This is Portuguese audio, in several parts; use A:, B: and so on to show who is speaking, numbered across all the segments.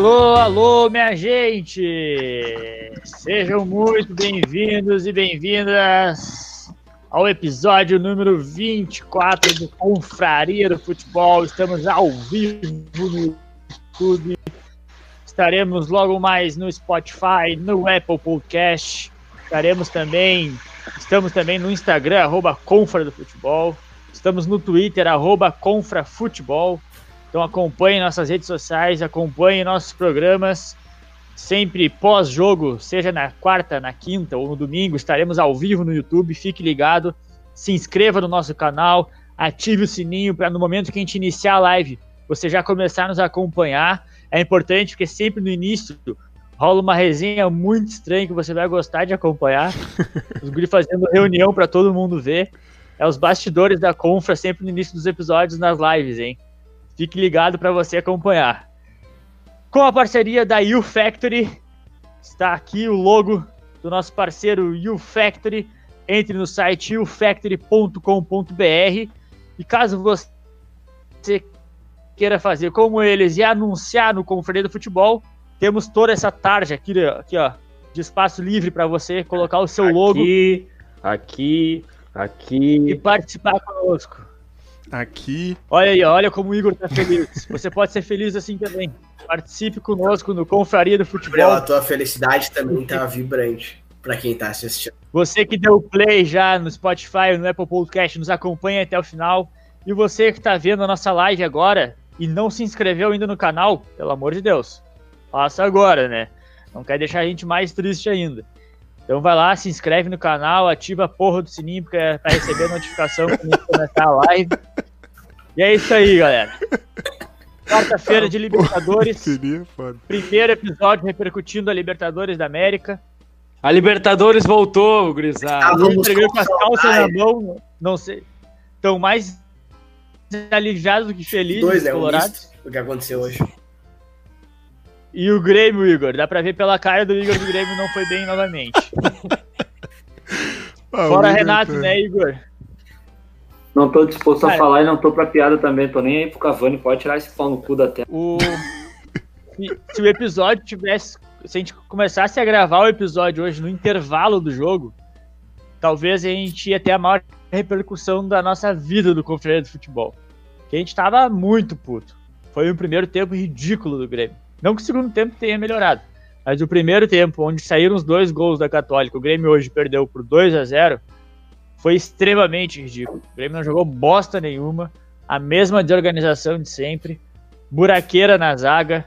A: Alô, minha gente! Sejam muito bem-vindos e bem-vindas ao episódio número 24 do Confraria do Futebol. Estamos ao vivo no YouTube. Estaremos logo mais no Spotify, no Apple Podcast. Estaremos também, estamos também no Instagram, arroba Confra do Futebol. Estamos no Twitter, arroba Confra Futebol. Então acompanhe nossas redes sociais, acompanhe nossos programas. Sempre pós-jogo, seja na quarta, na quinta ou no domingo, estaremos ao vivo no YouTube. Fique ligado, se inscreva no nosso canal, ative o sininho para no momento que a gente iniciar a live, você já começar a nos acompanhar. É importante porque sempre no início rola uma resenha muito estranha que você vai gostar de acompanhar. Os guri fazendo reunião para todo mundo ver. É os bastidores da Confra sempre no início dos episódios nas lives, hein? Fique ligado para você acompanhar. Com a parceria da U Factory, está aqui o logo do nosso parceiro U Factory. Entre no site ufactory.com.br e caso você queira fazer como eles e anunciar no Conferência do Futebol, temos toda essa tarja aqui, ó, aqui ó, de espaço livre para você colocar o seu logo
B: Aqui, aqui,
A: e
B: aqui.
A: participar conosco.
C: Aqui,
A: Olha aí, olha como o Igor tá feliz. Você pode ser feliz assim também. Participe conosco no Confraria do
D: Gabriel, a
A: Futebol.
D: tua felicidade também tá vibrante pra quem tá assistindo.
A: Você que deu play já no Spotify, no Apple Podcast, nos acompanha até o final. E você que tá vendo a nossa live agora e não se inscreveu ainda no canal, pelo amor de Deus, faça agora, né? Não quer deixar a gente mais triste ainda. Então vai lá, se inscreve no canal, ativa a porra do sininho porque é pra receber a notificação quando a gente começar a live. E é isso aí, galera. Quarta-feira de Libertadores.
C: seria foda.
A: Primeiro episódio repercutindo a Libertadores da América.
B: A Libertadores voltou, gurizada.
D: Ah,
A: Eu
D: vamos
A: entreguei com as
D: com
A: calças na
D: saudade.
A: mão, não sei. Estão mais aliviados do que felizes,
D: Dois, né? Um
A: colorados.
D: misto, o que aconteceu hoje.
A: E o Grêmio, Igor. Dá pra ver pela cara do Igor que o Grêmio não foi bem novamente.
C: Ah,
A: Fora
C: o Igor
A: Renato,
C: tá-
A: né, Igor?
E: Não tô disposto a
A: Cara.
E: falar e não tô pra piada também, tô nem aí pro Cavani, pode tirar esse pau no cu da tela.
A: O... se, se o episódio tivesse. Se a gente começasse a gravar o episódio hoje no intervalo do jogo, talvez a gente ia ter a maior repercussão da nossa vida do Conferência de Futebol. Que a gente tava muito puto. Foi um primeiro tempo ridículo do Grêmio. Não que o segundo tempo tenha melhorado. Mas o primeiro tempo, onde saíram os dois gols da Católica, o Grêmio hoje perdeu por 2 a 0 foi extremamente ridículo. O Grêmio não jogou bosta nenhuma, a mesma desorganização de sempre buraqueira na zaga.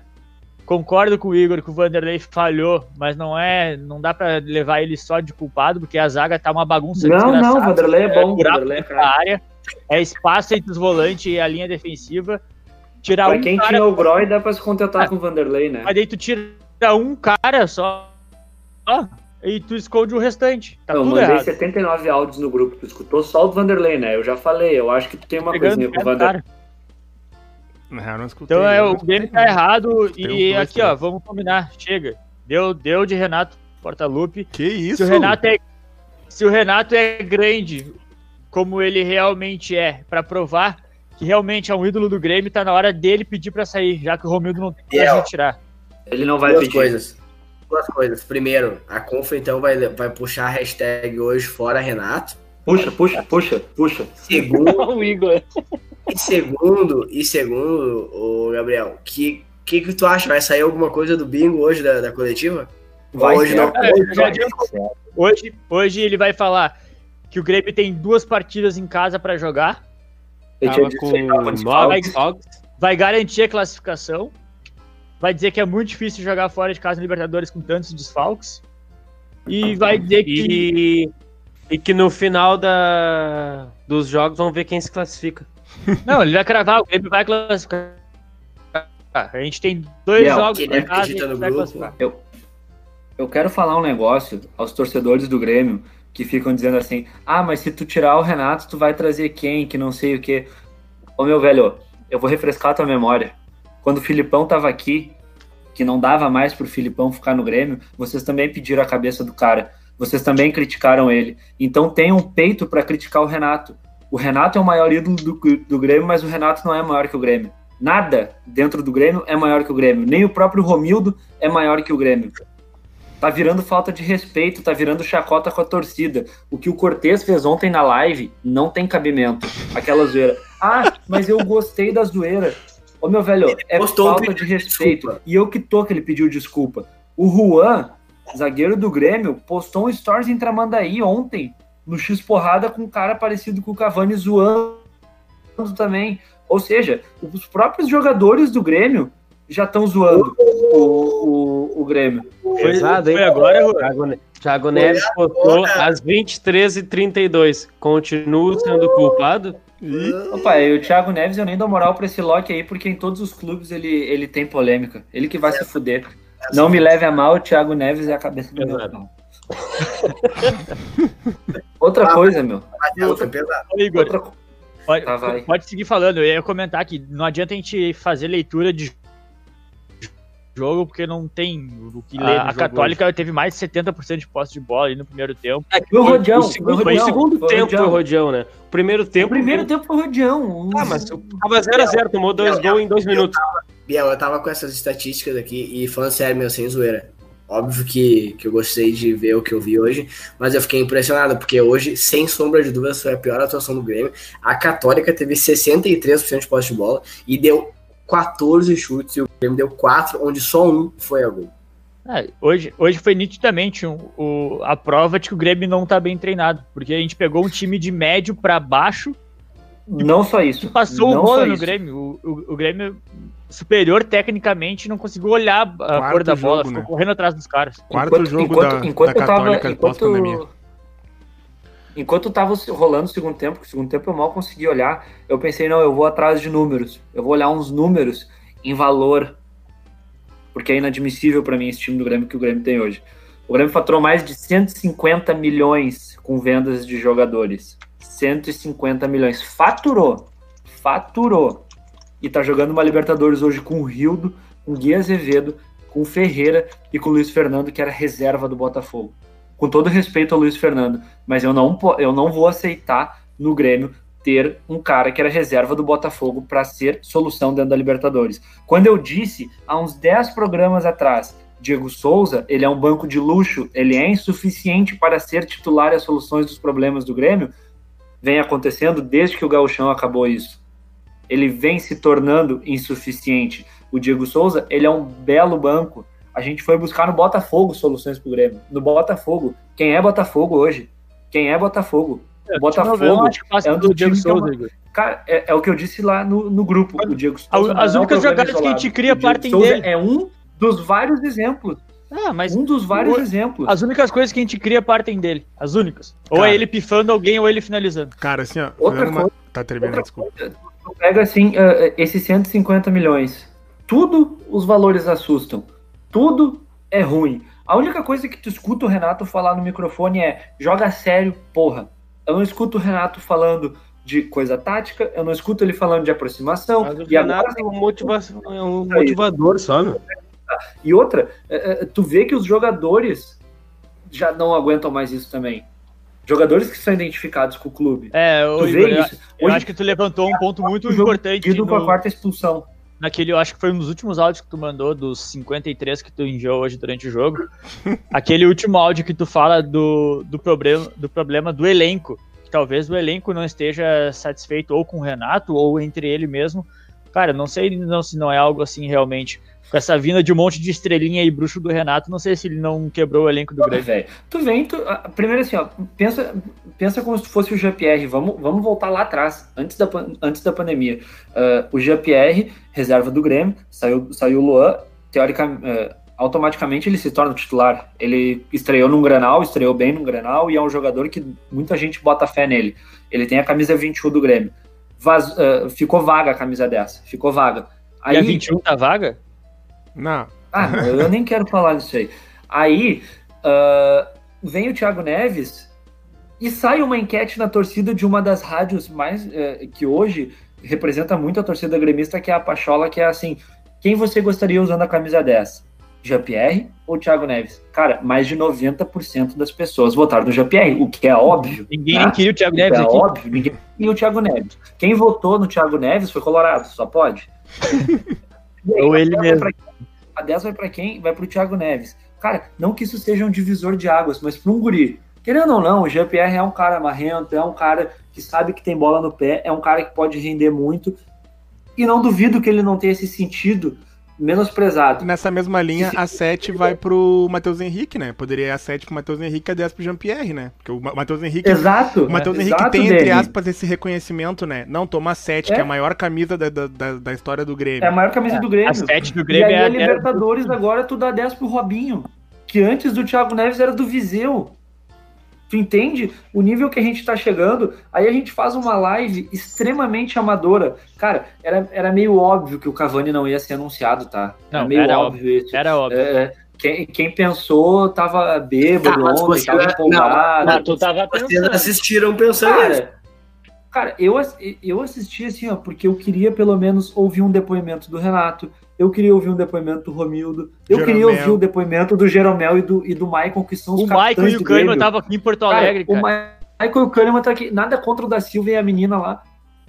A: Concordo com o Igor que o Vanderlei falhou, mas não é, não dá pra levar ele só de culpado, porque a zaga tá uma bagunça
E: Não, não, o
A: desgraçada.
E: Vanderlei é bom, o
A: buraco
E: Vanderlei é
A: na
E: craque.
A: área, é espaço entre os volantes e a linha defensiva. Tirar
E: Pra
A: um
E: quem né?
A: cara, É.
E: tinha o Groy, dá pra se contentar com o Vanderlei, né?
A: mas daí tu tira um cara só, só, e tu esconde o restante. Tá
E: eu
A: tudo
E: mandei
A: errado.
E: 79 áudios no grupo, tu escutou só o do Vanderlei, né? Eu já falei, eu acho que tu tem uma
A: Pegando
E: coisinha com o
A: o cara.
E: Vanderlei.
C: Não, eu não escutei.
A: Então
B: né?
A: é,
C: eu não
A: o Grêmio
C: escutei,
A: tá
C: não.
A: errado
C: Tem
A: e
C: uns dois,
A: aqui, ó,
C: três.
A: vamos combinar. Chega. Deu, deu de Renato Portaluppi.
C: Que isso?
A: Se o Renato é, se o Renato é grande, como ele realmente é, pra provar que realmente é um ídolo do Grêmio, tá na hora dele pedir pra sair, já que o Romildo não tem
D: É,
A: pra
D: ó.
A: retirar.
E: Ele não vai
D: Duas
E: pedir.
D: coisas. Duas coisas. Primeiro, a Confa então vai, vai puxar a hashtag hoje fora Renato.
E: Puxa, puxa, puxa, puxa.
D: Segundo,
B: O Igor.
D: e segundo, e segundo, ô Gabriel, que que, que tu acha? Vai sair alguma coisa do bingo hoje da, da coletiva?
E: Vai
D: hoje
E: ser.
D: não.
A: É, eu já
D: Hoje,
A: adianto. Hoje, hoje ele vai falar que o Grêmio tem duas partidas em casa pra jogar,
E: Eu
B: Tava
E: tinha dito sei lá,
B: com
E: quando fala.
B: nove jogos.
A: vai garantir a classificação, vai dizer que é muito difícil jogar fora de casa no Libertadores com tantos desfalques, e vai dizer que
B: E, e que no final da, dos jogos vão ver quem se classifica.
A: Não, ele vai cravar, o Grêmio vai classificar. A gente tem dois
E: Não,
A: jogos
D: que
A: pra
D: ele
A: casa, a gente
D: acredita no
A: vai
D: grupo.
A: classificar.
E: Eu quero falar um negócio aos torcedores do Grêmio que ficam dizendo assim: ah, mas se tu tirar o Renato, tu vai trazer quem? Que não sei o quê. Ô meu velho, eu vou refrescar a tua memória. Quando o Filipão tava aqui, que não dava mais pro Filipão ficar no Grêmio, vocês também pediram a cabeça do cara. Vocês também criticaram ele. Então tenham peito pra criticar o Renato. O Renato é o maior ídolo do, do Grêmio, mas o Renato não é maior que o Grêmio. Nada dentro do Grêmio é maior que o Grêmio. Nem o próprio Romildo é maior que o Grêmio. Tá virando falta de respeito, tá virando chacota com a torcida. O que o Cortez fez ontem na live não tem cabimento. Aquela zoeira. Ah, mas eu gostei da zoeira. Ô meu velho, é
D: postou um
E: falta de
D: pedido de
E: respeito.
D: desculpa.
E: E eu que tô que ele pediu desculpa. O Juan, zagueiro do Grêmio, postou um stories em Tramandaí ontem, no X Porrada, com um cara parecido com o Cavani zoando também. Ou seja, os próprios jogadores do Grêmio já estão zoando o, o, o Grêmio.
B: Foi,
F: Pesado, hein?
B: foi agora, Rô? Thiago, Ne- Thiago Neves postou
D: agora.
B: às 23h32. Continuo sendo culpado?
G: Ih,
E: Opa, e o Thiago Neves eu nem dou moral pra esse Loki aí, porque em todos os clubes ele, ele tem polêmica. Ele que vai se fuder. Não me leve a mal, o Thiago Neves é a cabeça do meu
B: Exato.
E: pau. Outra coisa, meu.
D: Marcelo foi pesado.
A: Ô, Igor,
E: Outra... co-
A: pode,
E: Tá, Ah, vai.
A: pode seguir falando. Eu ia comentar que não adianta a gente fazer leitura de jogo, porque não tem o que ler.
G: Ah,
A: a
G: jogo
A: Católica teve mais de 70% de posse de bola ali no primeiro tempo.
E: Foi o Rodião.
B: O segundo,
E: foi o Rodião,
B: segundo
E: foi o
B: tempo foi
E: Rodião.
B: o Rodião, né? O primeiro tempo.
E: O primeiro tempo foi o Rodião.
B: Ah, mas tava 0x0, tomou dois
D: Não,
B: gols em dois minutos.
D: Biel, eu tava com essas estatísticas aqui e falando sério, meu, sem zoeira. Óbvio que, que eu gostei de ver o que eu vi hoje, mas eu fiquei impressionado, porque hoje, sem sombra de dúvidas, foi a pior atuação do Grêmio. A Católica teve 63% de posse de bola e deu 14 chutes, e o Grêmio deu 4, onde só um foi a gol.
A: É, hoje, hoje foi nitidamente um- o- a prova de que o Grêmio não tá bem treinado, porque a gente pegou um time de médio pra baixo
E: Não só
A: que
E: isso.
A: passou
E: não
A: o
E: só
A: rolo no
E: isso.
A: Grêmio. O, o- o Grêmio superior tecnicamente não conseguiu olhar a cor da bola,
G: jogo,
A: ficou
G: né?
A: correndo atrás dos caras.
G: quarto jogo da, da
E: eu tava-
G: Católica pós-pandemia.
E: Enquanto tava se- rolando o segundo tempo, que o segundo tempo eu mal consegui olhar, eu pensei, não, eu vou atrás de números. Eu vou olhar uns números em valor. Porque é inadmissível pra mim esse time do Grêmio que o Grêmio tem hoje. O Grêmio faturou mais de 150 milhões com vendas de jogadores. 150 milhões. Faturou. Faturou. E tá jogando uma Libertadores hoje com o Rildo, com o Gui Azevedo, com o Ferreira e com o Luiz Fernando, que era reserva do Botafogo. Com todo respeito ao Luiz Fernando, mas eu não, po- eu não vou aceitar no Grêmio ter um cara que era reserva do Botafogo para ser solução dentro da Libertadores. Quando eu disse há uns 10 programas atrás, Diego Souza, ele é um banco de luxo, ele é insuficiente para ser titular e as soluções dos problemas do Grêmio, vem acontecendo desde que o Gauchão acabou isso. Ele vem se tornando insuficiente. O Diego Souza, ele é um belo banco, a gente foi buscar no Botafogo soluções pro Grêmio. No Botafogo. Quem é Botafogo hoje? Quem é Botafogo? O
A: Eu
E: Botafogo.
A: acho que passa
E: é um
A: pelo
E: dos
A: Diego
E: times que é uma-
A: Souza, Igor.
E: Cara, é, é o que eu disse lá no, no grupo. O Diego Souza
A: as
E: não é um
A: únicas
E: problema
A: jogadas que a gente
E: isolado.
A: cria
E: O Diego
A: partem
E: Souza
A: dele.
E: É um dos vários exemplos.
A: Ah, mas
E: Um dos vários
A: o-
E: exemplos.
A: as únicas coisas que a gente cria partem dele. As únicas. Ou
G: Cara.
A: é ele pifando alguém ou ele finalizando.
G: Cara, assim, ó.
E: Outra
G: fazendo uma... Tá terminando,
E: outra
G: desculpa.
E: Tu pega assim, eh, eh, esses 150 milhões. Tudo os valores assustam. Tudo é ruim. A única coisa que tu escuta o Renato falar no microfone é joga sério, porra. Eu não escuto o Renato falando de coisa tática, eu não escuto ele falando de aproximação.
B: Mas o
E: E, agora-
B: Renato é um, motiva- é um motivador só, meu.
E: e outra, eh, eh, tu vê que os jogadores já não aguentam mais isso também. Jogadores que são identificados com o clube.
A: É,
E: Tu
A: ô,
E: vê
A: Igor, eu,
E: isso.
A: eu
E: Hoje,
A: acho que tu levantou um ponto muito
E: jogo
A: importante
E: pedido com a
A: no,
E: quarta expulsão.
A: naquele, eu acho que foi um dos últimos áudios que tu mandou, dos 53 que tu enviou hoje durante o jogo. aquele último áudio que tu fala do, do, problema, do problema do elenco. Que talvez o elenco não esteja satisfeito ou com o Renato ou entre ele mesmo. Cara, não sei não, se não é algo assim realmente. Com essa vinda de um monte de estrelinha e bruxo do Renato, não sei se ele não quebrou o elenco do
E: Porra,
A: Grêmio.
E: velho. Tu vem, tu, ah, primeiro assim, ó, pensa, pensa como se fosse o Jean-Pierre. Vamos, vamos voltar lá atrás, antes da, pan- antes da pandemia. Ah, o Jean-Pierre, reserva do Grêmio, saiu, saiu o Luan, teoricamente, automaticamente ele se torna titular. Ele estreou num Granal, estreou bem num Granal e é um jogador que muita gente bota fé nele. Ele tem a camisa 21 do Grêmio. Vaz- ah, ficou vaga a camisa dessa, ficou vaga.
A: E a 21 tá vaga?
G: Não,
E: Ah, eu nem quero falar disso aí. Aí ah, vem o Thiago Neves e sai uma enquete na torcida de uma das rádios mais eh, que hoje representa muito a torcida gremista, que é a Pachola, que é assim: quem você gostaria usando a camisa 10? Jean-Pierre ou Thiago Neves? Cara, mais de 90% das pessoas votaram no Jean-Pierre, o que é óbvio.
A: Ninguém
E: tá?
A: queria o Thiago
E: É
A: Neves aqui.
E: óbvio, ninguém. E o Thiago Neves. Quem votou no Thiago Neves foi Colorado, só pode.
H: Ou ele
E: Vai
H: mesmo.
E: tá pra quem? A 10 vai pra quem? Vai pro Thiago Neves. Cara, não que isso seja um divisor de águas, mas pra um guri. Querendo ou não, o GPR é um cara marrento, é um cara que sabe que tem bola no pé, é um cara que pode render muito. E não duvido que ele não tenha esse sentido menosprezado.
G: Nessa mesma linha, a 7 vai pro Matheus Henrique, né? Poderia ir a 7 pro Matheus Henrique e a 10 pro Jean-Pierre, né? Porque o Ma- Matheus Henrique.
E: Exato. É,
G: O Matheus Henrique
E: Exato,
G: tem, entre
E: Dani.
G: aspas, esse reconhecimento, né? Não, toma a 7, que é a maior camisa da, da, da- da história do
E: É a
G: Grêmio.
E: maior camisa do
A: A
E: Grêmio.
A: 7 do
E: E
A: Grêmio
E: aí
A: é
E: a
A: a 10.
E: Libertadores agora tu dá 10 pro Robinho, que antes do Thiago Neves era do Viseu. Tu entende o nível que a gente tá chegando? Aí a gente faz uma live extremamente amadora. Cara, era, era meio óbvio que o Cavani não ia ser anunciado, tá? Era
A: Não,
E: meio
A: era
E: óbvio isso.
A: Era óbvio.
E: É, quem, quem pensou tava bêbado
D: Tá, mas
E: ontem,
D: você
E: tava
D: era-
E: empolgado.
H: Ah, tu tava
D: Vocês
H: pensando.
D: assistiram pensando nisso.
E: Cara, cara eu, ass- eu assisti assim, ó, porque eu queria pelo menos ouvir um depoimento do Renato, eu queria ouvir um depoimento do Romildo, eu
G: Jeromel.
E: queria ouvir o depoimento do Jeromel e do, e do Maicon, que são os
A: O
E: capitães
A: Maicon e o
E: do
A: Kahneman
E: Grêmio.
A: estavam aqui em Porto
E: Cara,
A: Alegre,
E: O
A: cara.
E: Ma- Maicon e o Kahneman tá aqui, nada contra o da Silva e a menina lá.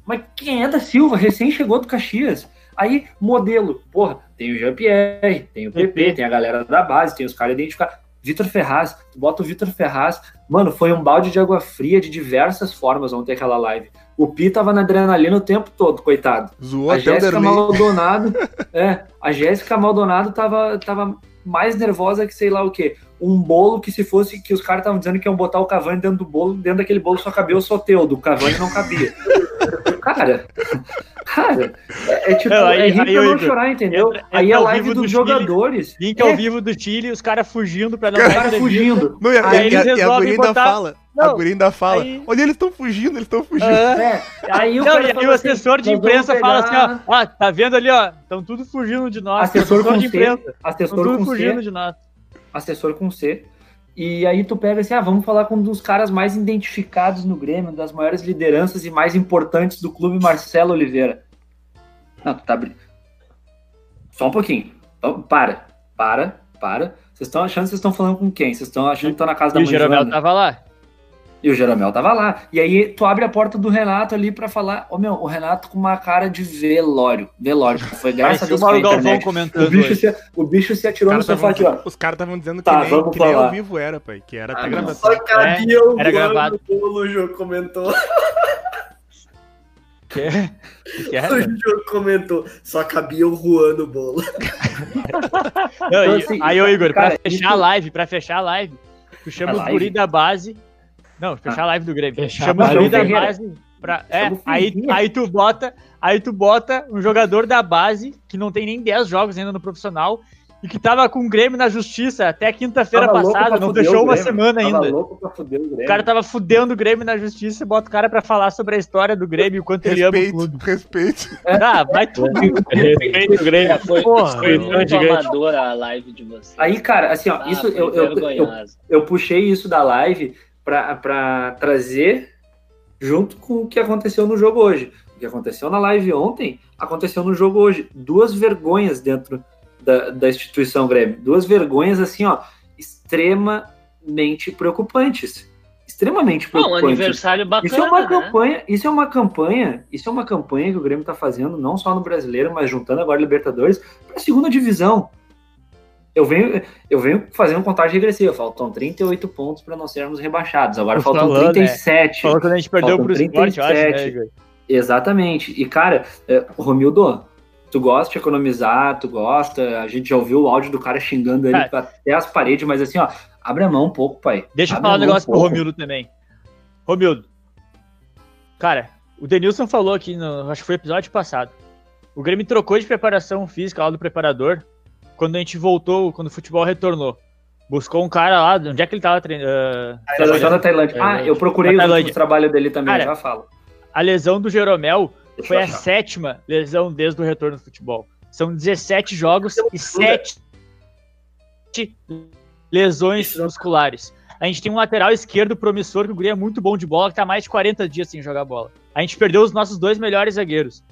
E: Mas quem é da Silva? Recém chegou do Caxias. Aí, modelo, porra, tem o Jean-Pierre, tem o PP, tem a galera da base, tem os caras identificados. Vitor Ferraz, tu bota o Vitor Ferraz. Mano, foi um balde de água fria de diversas formas ontem aquela live. O Pi tava na adrenalina o tempo todo, coitado
G: Zoou
E: a
G: até o
E: Jéssica
G: Derlei.
E: Maldonado, é, a Jéssica Maldonado tava, tava mais nervosa que sei lá o quê. Um bolo que se fosse que os caras estavam dizendo que iam botar o Cavani dentro do bolo, dentro daquele bolo só cabia o Soteudo, o Cavani não cabia. cara, cara, é, é tipo,
A: Não, aí-
E: é rir
A: aí,
E: pra
A: ô,
E: não
A: Igor,
E: chorar, entendeu?
A: entra-
E: aí
A: entra
E: a
A: ao
E: live
A: vivo
E: dos
A: do
E: jogadores,
A: Link
E: é,
A: ao vivo do Chile, os caras fugindo pra não
E: o cara
A: dar
E: fugindo.
G: Não, e a,
A: Aí
G: e a-
A: eles
G: e a
A: resolvem
G: guria ainda
A: botar-
G: fala. a
A: Não,
G: guria ainda fala.
A: aí-
G: Olha, eles estão fugindo, eles estão fugindo.
E: É, aí o
A: Não,
E: cara
A: e aí
E: fala
A: o
E: assim,
A: assessor de
E: nós vamos
A: imprensa fala assim,
E: pegar-
A: ó, ó, tá vendo ali, ó, estão tudo fugindo de nós,
E: Assessor com
A: de
E: C,
A: imprensa, estão
E: assessor
A: tudo
E: com C,
A: fugindo de nós.
E: assessor com C. E aí tu pega assim, ah, vamos falar com um dos caras mais identificados no Grêmio, das maiores lideranças e mais importantes do clube, Marcelo Oliveira. Não, tu tá brin- Só um pouquinho. Então, Para, para, para. Vocês estão achando que vocês estão falando com quem? Vocês estão achando que estão na casa da
A: E o
E: mãe
A: Jeromel
E: Joana?
A: tava lá.
E: E o Jeromel tava lá. E aí tu abre a porta do Renato ali pra falar, ô meu, o Renato com uma cara de velório, velório. Foi graças
A: Parecia
E: a
A: o
E: Deus pela
A: Mauro Galvão
E: internet. É, O
A: comentando
E: bicho,
A: hoje.
E: se, o bicho se
G: Os
E: atirou no
G: caras
E: sofá
A: tá
G: estavam
E: aqui, ó.
G: dizendo- os caras estavam dizendo que,
E: Tá,
G: nem,
E: vamos
G: que nem ao
E: falar.
G: vivo era, pai. Que era
E: Ah,
G: até
E: não.
G: gravação.
D: Só cabia o
A: É, era
D: Juan
A: gravado.
D: do bolo, o Jô comentou.
A: Que é,
D: O Jô comentou. Só cabia o Juan no bolo.
A: Não,
E: Então,
A: e-
E: assim,
A: aí, ô Igor,
E: cara,
A: pra fechar
E: isso-
A: a live, pra fechar a live, tu chama
E: A
A: os
E: live?
A: guri da base. Não, fechar a live do Grêmio.
H: Fechar
A: chama
E: a
A: os guri
E: live.
A: da
E: Ferreira.
A: base. Pra, é,
E: Chama o
A: aí,
E: Ferreira.
A: aí tu bota, aí tu bota um jogador da base que não tem nem 10 jogos ainda no profissional e que tava com o Grêmio na justiça até quinta-feira
E: Tava louco
A: passada,
E: pra
A: não
E: fuder
A: deixou
E: o
A: uma
E: Grêmio.
A: semana
E: Tava
A: ainda.
E: louco pra fuder o Grêmio.
A: O cara tava fudendo o Grêmio na justiça e bota o cara pra falar sobre a história do Grêmio e o quanto ele ama o
G: Respeito,
A: clube.
G: respeito.
A: Ah,
E: É.
A: vai tudo.
H: Respeito o Grêmio.
B: É, Foi,
A: Porra,
B: foi
A: mano,
B: muito
A: gigante.
B: amadora a live de vocês.
E: Aí, cara, assim, ó,
B: Ah,
E: isso
B: foi
E: eu, eu, eu,
B: vergonhosa.
E: eu puxei isso da live pra, pra trazer junto com o que aconteceu no jogo hoje. O que aconteceu na live ontem aconteceu no jogo hoje. Duas vergonhas dentro da, da instituição Grêmio. Duas vergonhas, assim, ó, extremamente preocupantes. Extremamente
B: Bom, um
E: preocupantes.
B: aniversário bacana,
E: Isso é uma
B: né?
E: campanha, isso é uma campanha, isso é uma campanha que o Grêmio tá fazendo, não só no brasileiro, mas juntando agora Libertadores para segunda divisão. Eu venho, eu venho fazendo contagem regressiva, faltam 38 pontos para não sermos rebaixados. Agora
A: Tô
E: faltam
A: falando, é.
E: 37.
A: Falou quando a gente perdeu
E: Faltam
A: pro esporte, eu acho, né,
E: 37.
A: Igor?
E: Exatamente. E cara, é, Romildo, tu gosta de economizar, tu gosta, a gente já ouviu o áudio do cara xingando ele
A: Cara.
E: com até as paredes, mas assim, ó, abre a mão um pouco, pai.
A: Deixa eu
E: Abre a
A: falar um
E: mão
A: negócio pro
E: pouco.
A: Romildo também. Romildo, cara, o Denilson falou aqui, no, acho que foi episódio passado. O Grêmio trocou de preparação física lá do preparador quando a gente voltou, quando o futebol retornou. Buscou um cara lá, onde é que ele tava treinando?
E: Tá lá da Tailândia. Ah, eu procurei
A: É, Da
E: o
A: Tailândia.
E: último trabalho dele também,
A: Cara,
E: já falo.
A: a lesão do Jeromel
E: Deixa
A: foi
E: eu
A: a
E: achar.
A: sétima lesão desde o retorno do futebol. São 17 jogos e 7 lesões musculares. A gente tem um lateral esquerdo promissor que o Guri é muito bom de bola, que tá há mais de 40 dias sem jogar bola. A gente perdeu os nossos dois melhores zagueiros.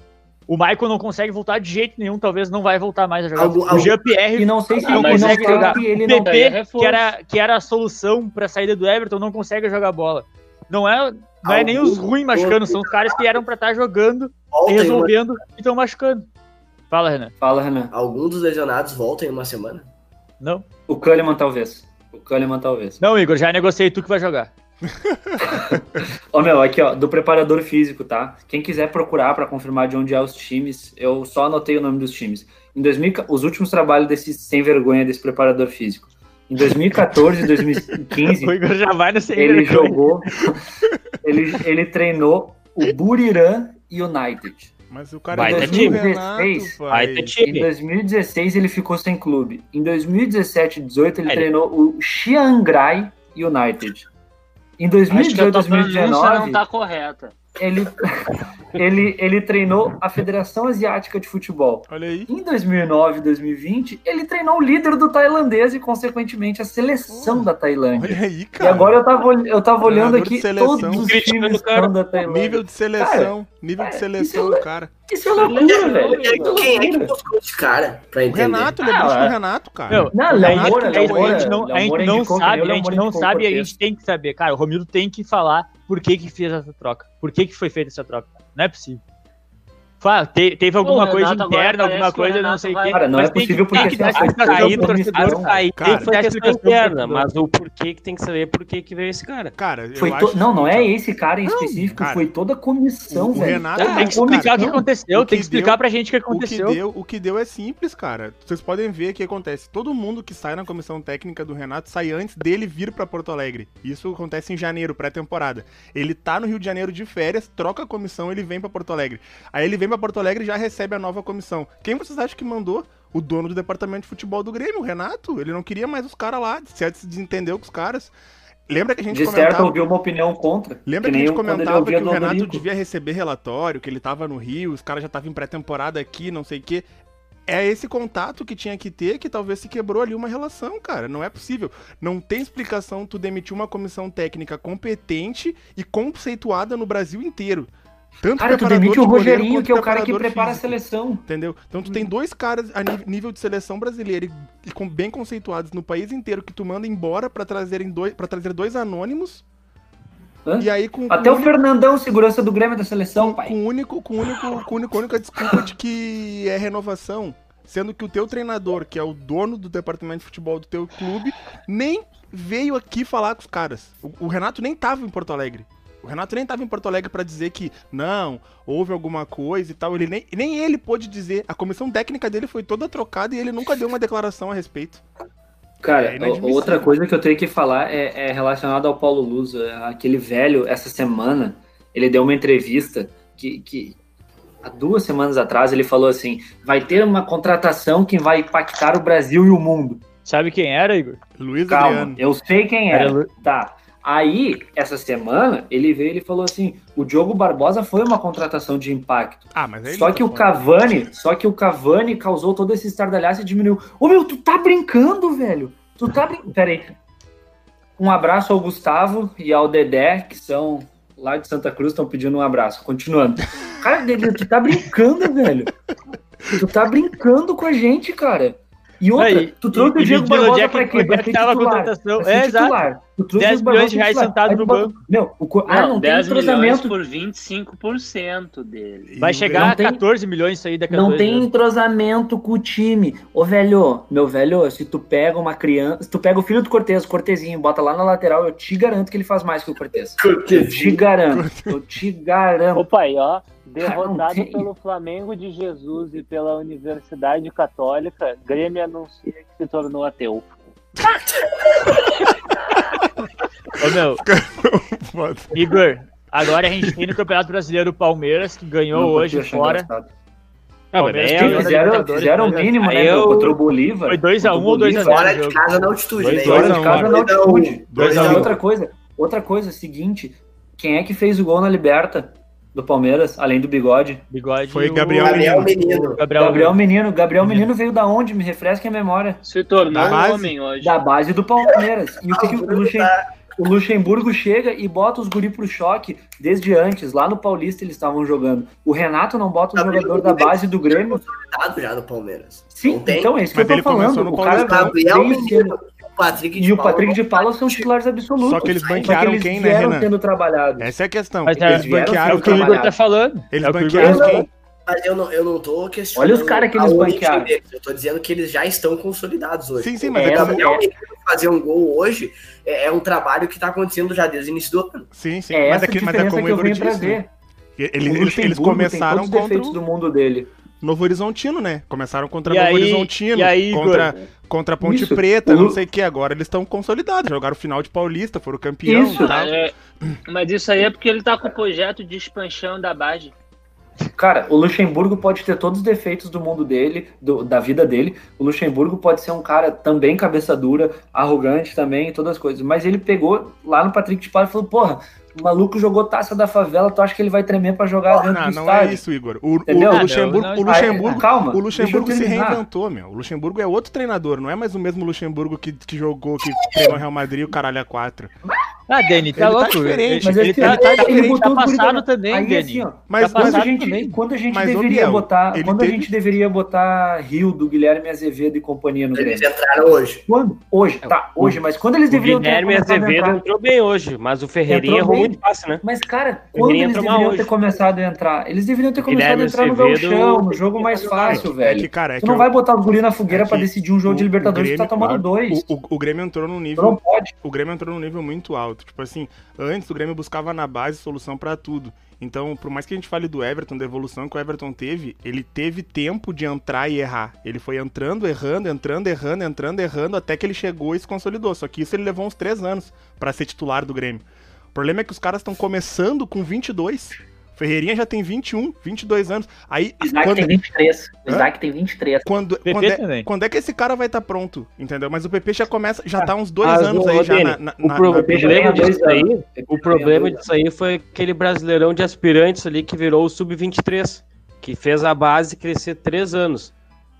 A: O Michael não consegue voltar de jeito nenhum, talvez não vai voltar mais a jogar.
D: Algo-
A: o
D: algo-
E: E
A: Jean-Pierre,
E: não sei se
B: Ah,
E: ele
B: mas
E: não
B: é que
E: fala
B: dá-
E: que ele
A: PP,
E: não.
B: Daí é reforço.
A: que era, que era a solução pra saída do Everton, não consegue jogar bola. Não é, não
E: Ah,
A: é nem os ruins machucando, são os caras que eram pra estar tá jogando
D: Ontem,
A: resolvendo e estão machucando.
B: Fala, Renan.
E: Fala, Renan.
D: Algum dos lesionados volta em uma semana?
B: Não?
E: O Kahneman, talvez. O Kahneman, talvez.
B: Não, Igor, já negociei tu que vai jogar.
E: Ô, meu, aqui, ó, do preparador físico, tá? Quem quiser procurar pra confirmar de onde é os times, eu só anotei o nome dos times. Em 2000, os últimos trabalhos desse sem vergonha desse preparador físico. Em 2014 e 2015,
B: O Igor já vai no sem
E: ele
B: vergonha.
E: jogou, ele, ele treinou o Buriram United.
G: Mas o cara
B: Vai
G: é
B: ter
G: do
B: time.
G: Renato,
E: 16,
B: Vai ter
G: pai.
E: Em
B: time.
E: 2016 ele ficou sem clube. Em 2017 e 2018 ele
B: É, ele-
E: treinou o Chiangrai United. Em
I: Acho que a
E: 2018
I: tua
B: um,
I: pronúncia
E: 2019
I: não tá correta.
E: ele, ele, ele treinou a Federação Asiática de Futebol.
G: Olha aí.
E: Em 2009 e 2020 ele treinou o líder do tailandês e consequentemente a seleção da Tailândia.
G: Olha aí,
E: E
G: cara.
E: agora eu tava, ol- eu tava olhando
G: Treinador de
E: aqui
G: seleção.
E: todos os
J: Criticando
E: times
J: o cara.
E: são da Tailândia.
G: Nível de seleção. nível de
E: é,
G: seleção
E: isso
G: do cara.
E: Isso é loucura, velho. Isso é
D: Quem é que
E: loucura.
D: buscou esse cara pra
G: O
D: entender?
G: Renato, ele é
E: Ah,
G: bruxo do
E: é.
G: Renato, cara.
B: Meu,
E: Não,
B: É
E: Léo
B: isso que
E: Moura,
B: a
E: Léo
B: gente
E: Moura.
B: não- a
E: Léo
B: gente
E: Moura é
B: não
E: indicou que
B: sabe,
E: nem o
B: a
E: Léo
B: gente
E: Moura
B: não
E: indicou o
B: sabe e a
E: Cortez.
B: gente tem que saber. Cara, o Romildo tem que falar por que que fez essa troca. Por que que foi feita essa troca. Não é possível. Fala, te- teve alguma
I: Renato
B: coisa
I: agora
B: interna,
I: parece
B: alguma
I: que o
B: coisa, não
I: Renato
B: sei o
I: vai-
B: quê.
E: Cara, não
B: Mas tem
E: é
B: que-
E: possível
B: tem
E: porque
B: que dar
E: essa
B: explicação
E: saída
B: pro
E: do
B: torcedor.
E: torcedor-
J: Aí
G: Cara,
J: tem que dar
B: essa
J: questão
B: questão
J: interna,
A: né?
B: do-
J: mas o porquê que tem que saber porquê que veio esse cara.
G: Cara, eu
E: Foi
G: acho
E: to- Não, não é
G: seguinte,
E: esse cara em específico,
G: cara.
E: foi toda a comissão,
G: O- o
E: velho. Tá
G: Renato-
E: Toda a
B: Tem que
G: Cara,
B: explicar o que
E: comissão.
B: aconteceu,
G: o
B: tem
G: que
B: que explicar
G: deu-
B: pra gente o que
G: ó, O que,
B: aconteceu.
G: deu, o que deu é simples, cara. Vocês podem ver que acontece. Todo mundo que sai na comissão técnica do Renato sai antes dele vir pra Porto Alegre. Isso acontece em janeiro, pré-temporada. Ele tá no Rio de Janeiro de férias, troca a comissão, ele vem pra Porto Alegre. Aí ele vem pra Porto Alegre e já recebe a nova comissão. Quem vocês acham que mandou? O dono do departamento de futebol do Grêmio, o Renato. Ele não queria mais os caras lá, certo? Se desentendeu com os caras. Lembra que a gente
E: De certo, ouviu uma opinião contra.
G: Lembra
E: que
G: que, a
E: nem
G: gente
E: quando ele
G: comentava que
E: ouvia
G: o
E: do
G: Renato
E: Odorico.
G: devia receber relatório, que ele tava no Rio, os caras já estavam em pré-temporada aqui, não sei o quê. É esse contato que tinha que ter que talvez se quebrou ali uma relação, cara. Não é possível. Não tem explicação tu demitir uma comissão técnica competente e conceituada no Brasil inteiro. Tanto
E: Cara, tu
G: preparador
E: demite o
G: de goleiro
E: Rogerinho,
G: quanto
E: que é o cara que
G: preparador
E: prepara
G: físico.
E: a seleção.
G: Entendeu? Então tu tem dois caras a ni- nível de seleção brasileira e, e com bem conceituados no país inteiro que tu manda embora pra trazerem dois para trazer dois anônimos.
E: Hã?
G: E aí com
E: Até
G: com
E: o Fernandão, segurança do Grêmio da seleção, pai.
G: com o único, com o único, com o único, única desculpa de que é renovação, sendo que o teu treinador, que é o dono do departamento de futebol do teu clube, nem veio aqui falar com os caras. O, o Renato nem tava em Porto Alegre. O Renato nem tava em Porto Alegre pra dizer que não, houve alguma coisa e tal. Ele nem, nem ele pôde dizer. A comissão técnica dele foi toda trocada e ele nunca deu uma declaração a respeito.
E: Cara,
G: É
E: o-
G: inadmissível.
E: outra coisa que eu tenho que falar é, é relacionada ao Paulo Luz. É, Aquele velho, essa semana, ele deu uma entrevista que, que há duas semanas atrás ele falou assim: vai ter uma contratação que vai impactar o Brasil e o mundo.
B: Sabe quem era, Igor?
G: Luiz
E: Calma,
G: Adriano.
E: eu sei quem
B: Era
E: é. Tá. Aí, essa semana, ele veio e ele falou assim: o Diogo Barbosa foi uma contratação de impacto.
G: Ah, mas aí ele
E: Só
G: tá
E: que o
G: fora.
E: Cavani, só que o Cavani causou todo esse estardalhaço e diminuiu. Ô meu, tu tá brincando, velho? Tu tá brincando. Pera aí. Um abraço ao Gustavo e ao Dedé, que são lá de Santa Cruz, estão pedindo um abraço. Continuando. Cara, Dedé, tu tá brincando, velho. Tu tá brincando com a gente, cara. E outra,
B: Aí,
E: tu trouxe
B: e-
E: o Diego
B: e Dylan
E: Barbosa
B: Jack,
E: pra quê?
B: onde é
E: Pra
B: que
E: ser
B: tava a
E: titular.
B: contratação?
E: Pra ser
B: É, exato.
E: titular. Tu trouxe
B: 10
E: o Barbosa
B: milhões de reais
E: titular.
B: sentado
E: Aí
B: no
E: tu bota-
B: banco.
E: Meu, o... co- ah, não tem
I: 10 milhões
E: entrosamento.
I: por 25% dele.
G: E
B: Vai
G: o
B: chegar
E: Não
B: a
E: tem-
B: 14 milhões isso aí daqui a
E: Não
B: dois
E: tem
B: anos.
E: entrosamento com o time. Ô, velho, meu velho, se tu pega uma criança. Se tu pega o filho do Cortez, o Cortezinho, bota lá na lateral, eu te garanto que ele faz mais que o Cortez. Eu te garanto. Eu te garanto.
I: Opa, aí, ó.
E: Cara, não
I: Derrotado
E: tem.
I: pelo Flamengo de Jesus e pela Universidade Católica, Grêmio anuncia que se tornou ateu.
B: Ô, meu,
G: Foda.
B: Igor, agora a gente tem no Campeonato Brasileiro o Palmeiras, que ganhou
E: Não
B: hoje
E: consigo achar
B: fora.
E: engraçado.
J: Ah,
B: mas daí
J: mas
B: é-
E: Sim, Fizeram,
B: Libertadores,
E: fizeram o
B: dois a-
E: mínimo,
J: Aí
E: né? meu?
J: eu-
E: Contra o Bolívar.
B: Foi 2x1
E: Contra o
B: ou 2x0
E: Bolívar.
D: Fora de casa na altitude, né?
B: Dois a
E: Fora
B: um,
E: de casa na
D: Dois a um.
E: altitude.
G: Dois a
E: Não,
G: um.
E: e outra coisa, outra coisa, é seguinte, quem é que fez o gol na Liberta do Palmeiras, além do bigode?
B: Bigode.
G: Foi
B: e o-
G: Gabriel
D: Gabriel Menino.
B: Gabriel.
E: Gabriel Menino. Gabriel Menino veio da onde? Me refresca a memória.
I: Se tornou
G: Da base?
I: um homem hoje.
E: da base do Palmeiras. E o que, que o, Luxem-
D: tá.
E: o Luxemburgo chega e bota os guri pro choque desde antes. Lá no Paulista eles estavam jogando. O Renato não bota o
D: Tá, mas
E: jogador
D: ele
E: da
D: tem-
E: base do Grêmio.
D: Dado já do Palmeiras.
E: Sim,
D: Não tem?
E: então é isso que
G: Mas
E: eu
G: ele
E: tô
G: começou
E: falando.
G: no
E: O cara
G: Paulista.
D: Gabriel
E: veio sendo-
D: Menino. O Patrick de
E: E o
D: Paula.
E: Patrick de Paula são tipo- titulares absolutos.
G: Só que eles
E: Só que
G: banquearam
E: eles
G: quem, né,
E: vieram
G: Renan?
E: sendo trabalhados.
G: Essa é a questão.
B: Mas é-
G: eles
E: vieram
B: É
G: banquearam
B: o que o
G: quem?
B: Igor tá falando.
G: Eles
B: é o que o Igor
G: banquearam
B: tá
G: quem?
B: falando.
D: Mas eu não, eu não tô questionando.
E: Olha os caras que eles
D: a origem
E: banquearam.
D: deles. Eu tô dizendo que eles já estão consolidados hoje.
G: Sim, sim, mas
E: É,
G: é,
D: Pra
E: mas-
G: como...
D: realmente fazer um gol hoje é, é um trabalho que tá acontecendo já desde o início do ano.
G: Sim, sim,
E: É
G: mas
E: essa
G: é, que, mas
E: diferença
G: é como
E: que
G: o
E: eu
G: Igor
E: venho
G: disse. né?
E: trazer.
G: Eles,
E: O
G: eles, eles
E: Luxemburgo tem
G: começaram
E: todos os
G: contra
E: defeitos
G: o
E: do mundo dele.
G: Novo Horizontino, né? Começaram contra
B: E
G: Novo
B: aí-
G: Horizontino,
B: e aí, Igor?
G: contra, contra Ponte
E: Isso.
G: Preta,
E: O
G: não
E: Lu-
G: sei o que. Agora eles estão consolidados, jogaram final de Paulista, foram campeão
E: Isso.
G: e tal.
A: Mas, é- mas isso aí é porque ele tá com o projeto de expansão da base.
E: Cara, o Luxemburgo pode ter todos os defeitos do mundo dele, do- da vida dele. O Luxemburgo pode ser um cara também cabeça dura, arrogante também, todas as coisas. Mas ele pegou lá no Patrick de Paula e falou: Porra, o maluco jogou taça da favela, tu acha que ele vai tremer pra jogar dentro
G: Não,
E: do
G: não é
E: um estádio?
G: isso, Igor. O, o-
E: Entendeu?
G: o
E: Ah,
G: Luxemburgo,
A: não,
G: o
A: não,
G: Luxemburgo,
E: Ah, calma,
G: o Luxemburgo
E: deixa
G: se
E: eu terminar.
G: reinventou, meu. O Luxemburgo é outro treinador, não é mais o mesmo Luxemburgo que, que jogou, que treinou o Real Madrid e o caralho a quatro.
K: Ah, Dani, tá
G: Ele tá
K: louco.
G: diferente,
K: Ele,
E: mas
K: ele,
E: esse
K: tá,
E: ano
K: tá
E: ele
K: diferente,
E: botou
K: tá
E: o Guri
K: passado
E: da-
K: também,
E: Aí,
K: Dani.
E: assim, ó,
G: Mas,
K: Tá
G: é
E: Quando
G: mas,
E: a
K: passado
E: gente,
K: também.
E: quando a gente
G: Mas, ô,
E: deveria
G: Biel,
E: botar,
G: ele
E: quando a
G: teve-
E: gente deveria botar Rio do Guilherme Azevedo e companhia no
D: Eles
E: Grêmio?
D: entraram hoje.
E: Quando? Hoje, tá, hoje, mas quando eles
J: O
E: deveriam ter
J: Guilherme
E: começado a
J: Azevedo
E: entrar?
J: entrou bem hoje, mas o Ferreirinha
E: Entrou
J: errou
E: bem.
J: muito passe, né?
E: Mas cara,
J: Deveriam
E: quando eles
J: entrar
E: deveriam
J: hoje.
E: ter começado a entrar? Eles deveriam ter começado
J: Guilherme
E: a entrar no
J: Azevedo-
E: gauchão, no jogo mais fácil,
G: é
E: velho.
G: que, cara, é
E: Tu
G: que
E: não
G: o-
E: vai botar o guri na fogueira
G: é
E: pra
G: que
E: decidir um jogo de
G: o- o
E: Libertadores que tá
G: Grêmio-
E: tomando dois.
G: o, o- o Grêmio entrou num
E: Tu não
G: nível.
E: pode.
G: O Grêmio entrou num nível muito alto. Tipo assim, antes o Grêmio buscava na base solução pra tudo. Então, por mais que a gente fale do Everton, da evolução que o Everton teve, ele teve tempo de entrar e errar. Ele foi entrando, errando, entrando, errando, entrando, errando, até que ele chegou e se consolidou. Só que isso ele levou uns três anos pra ser titular do Grêmio. O problema é que os caras estão começando com 22. Ferreirinha já tem 21, 22 anos. Aí,
L: Isaac tem
G: quando,
L: 23. O
G: Hã?
L: Isaac tem 23.
G: quando,
K: PP
G: quando, é,
K: também.
G: quando é que esse cara vai estar pronto? Entendeu? Mas o PP já começa, já tá uns dois
J: Mas,
G: anos
J: ô,
G: aí já
J: Dene,
G: na, na,
J: Ah, O
G: na-
J: pro-
G: na-
J: problema é
E: Ganha
J: disso
E: dois
J: aí,
E: anos.
J: o problema
B: é
E: Ganha dois
J: disso aí foi aquele brasileirão de aspirantes ali que virou o sub-23, que fez a base crescer três anos.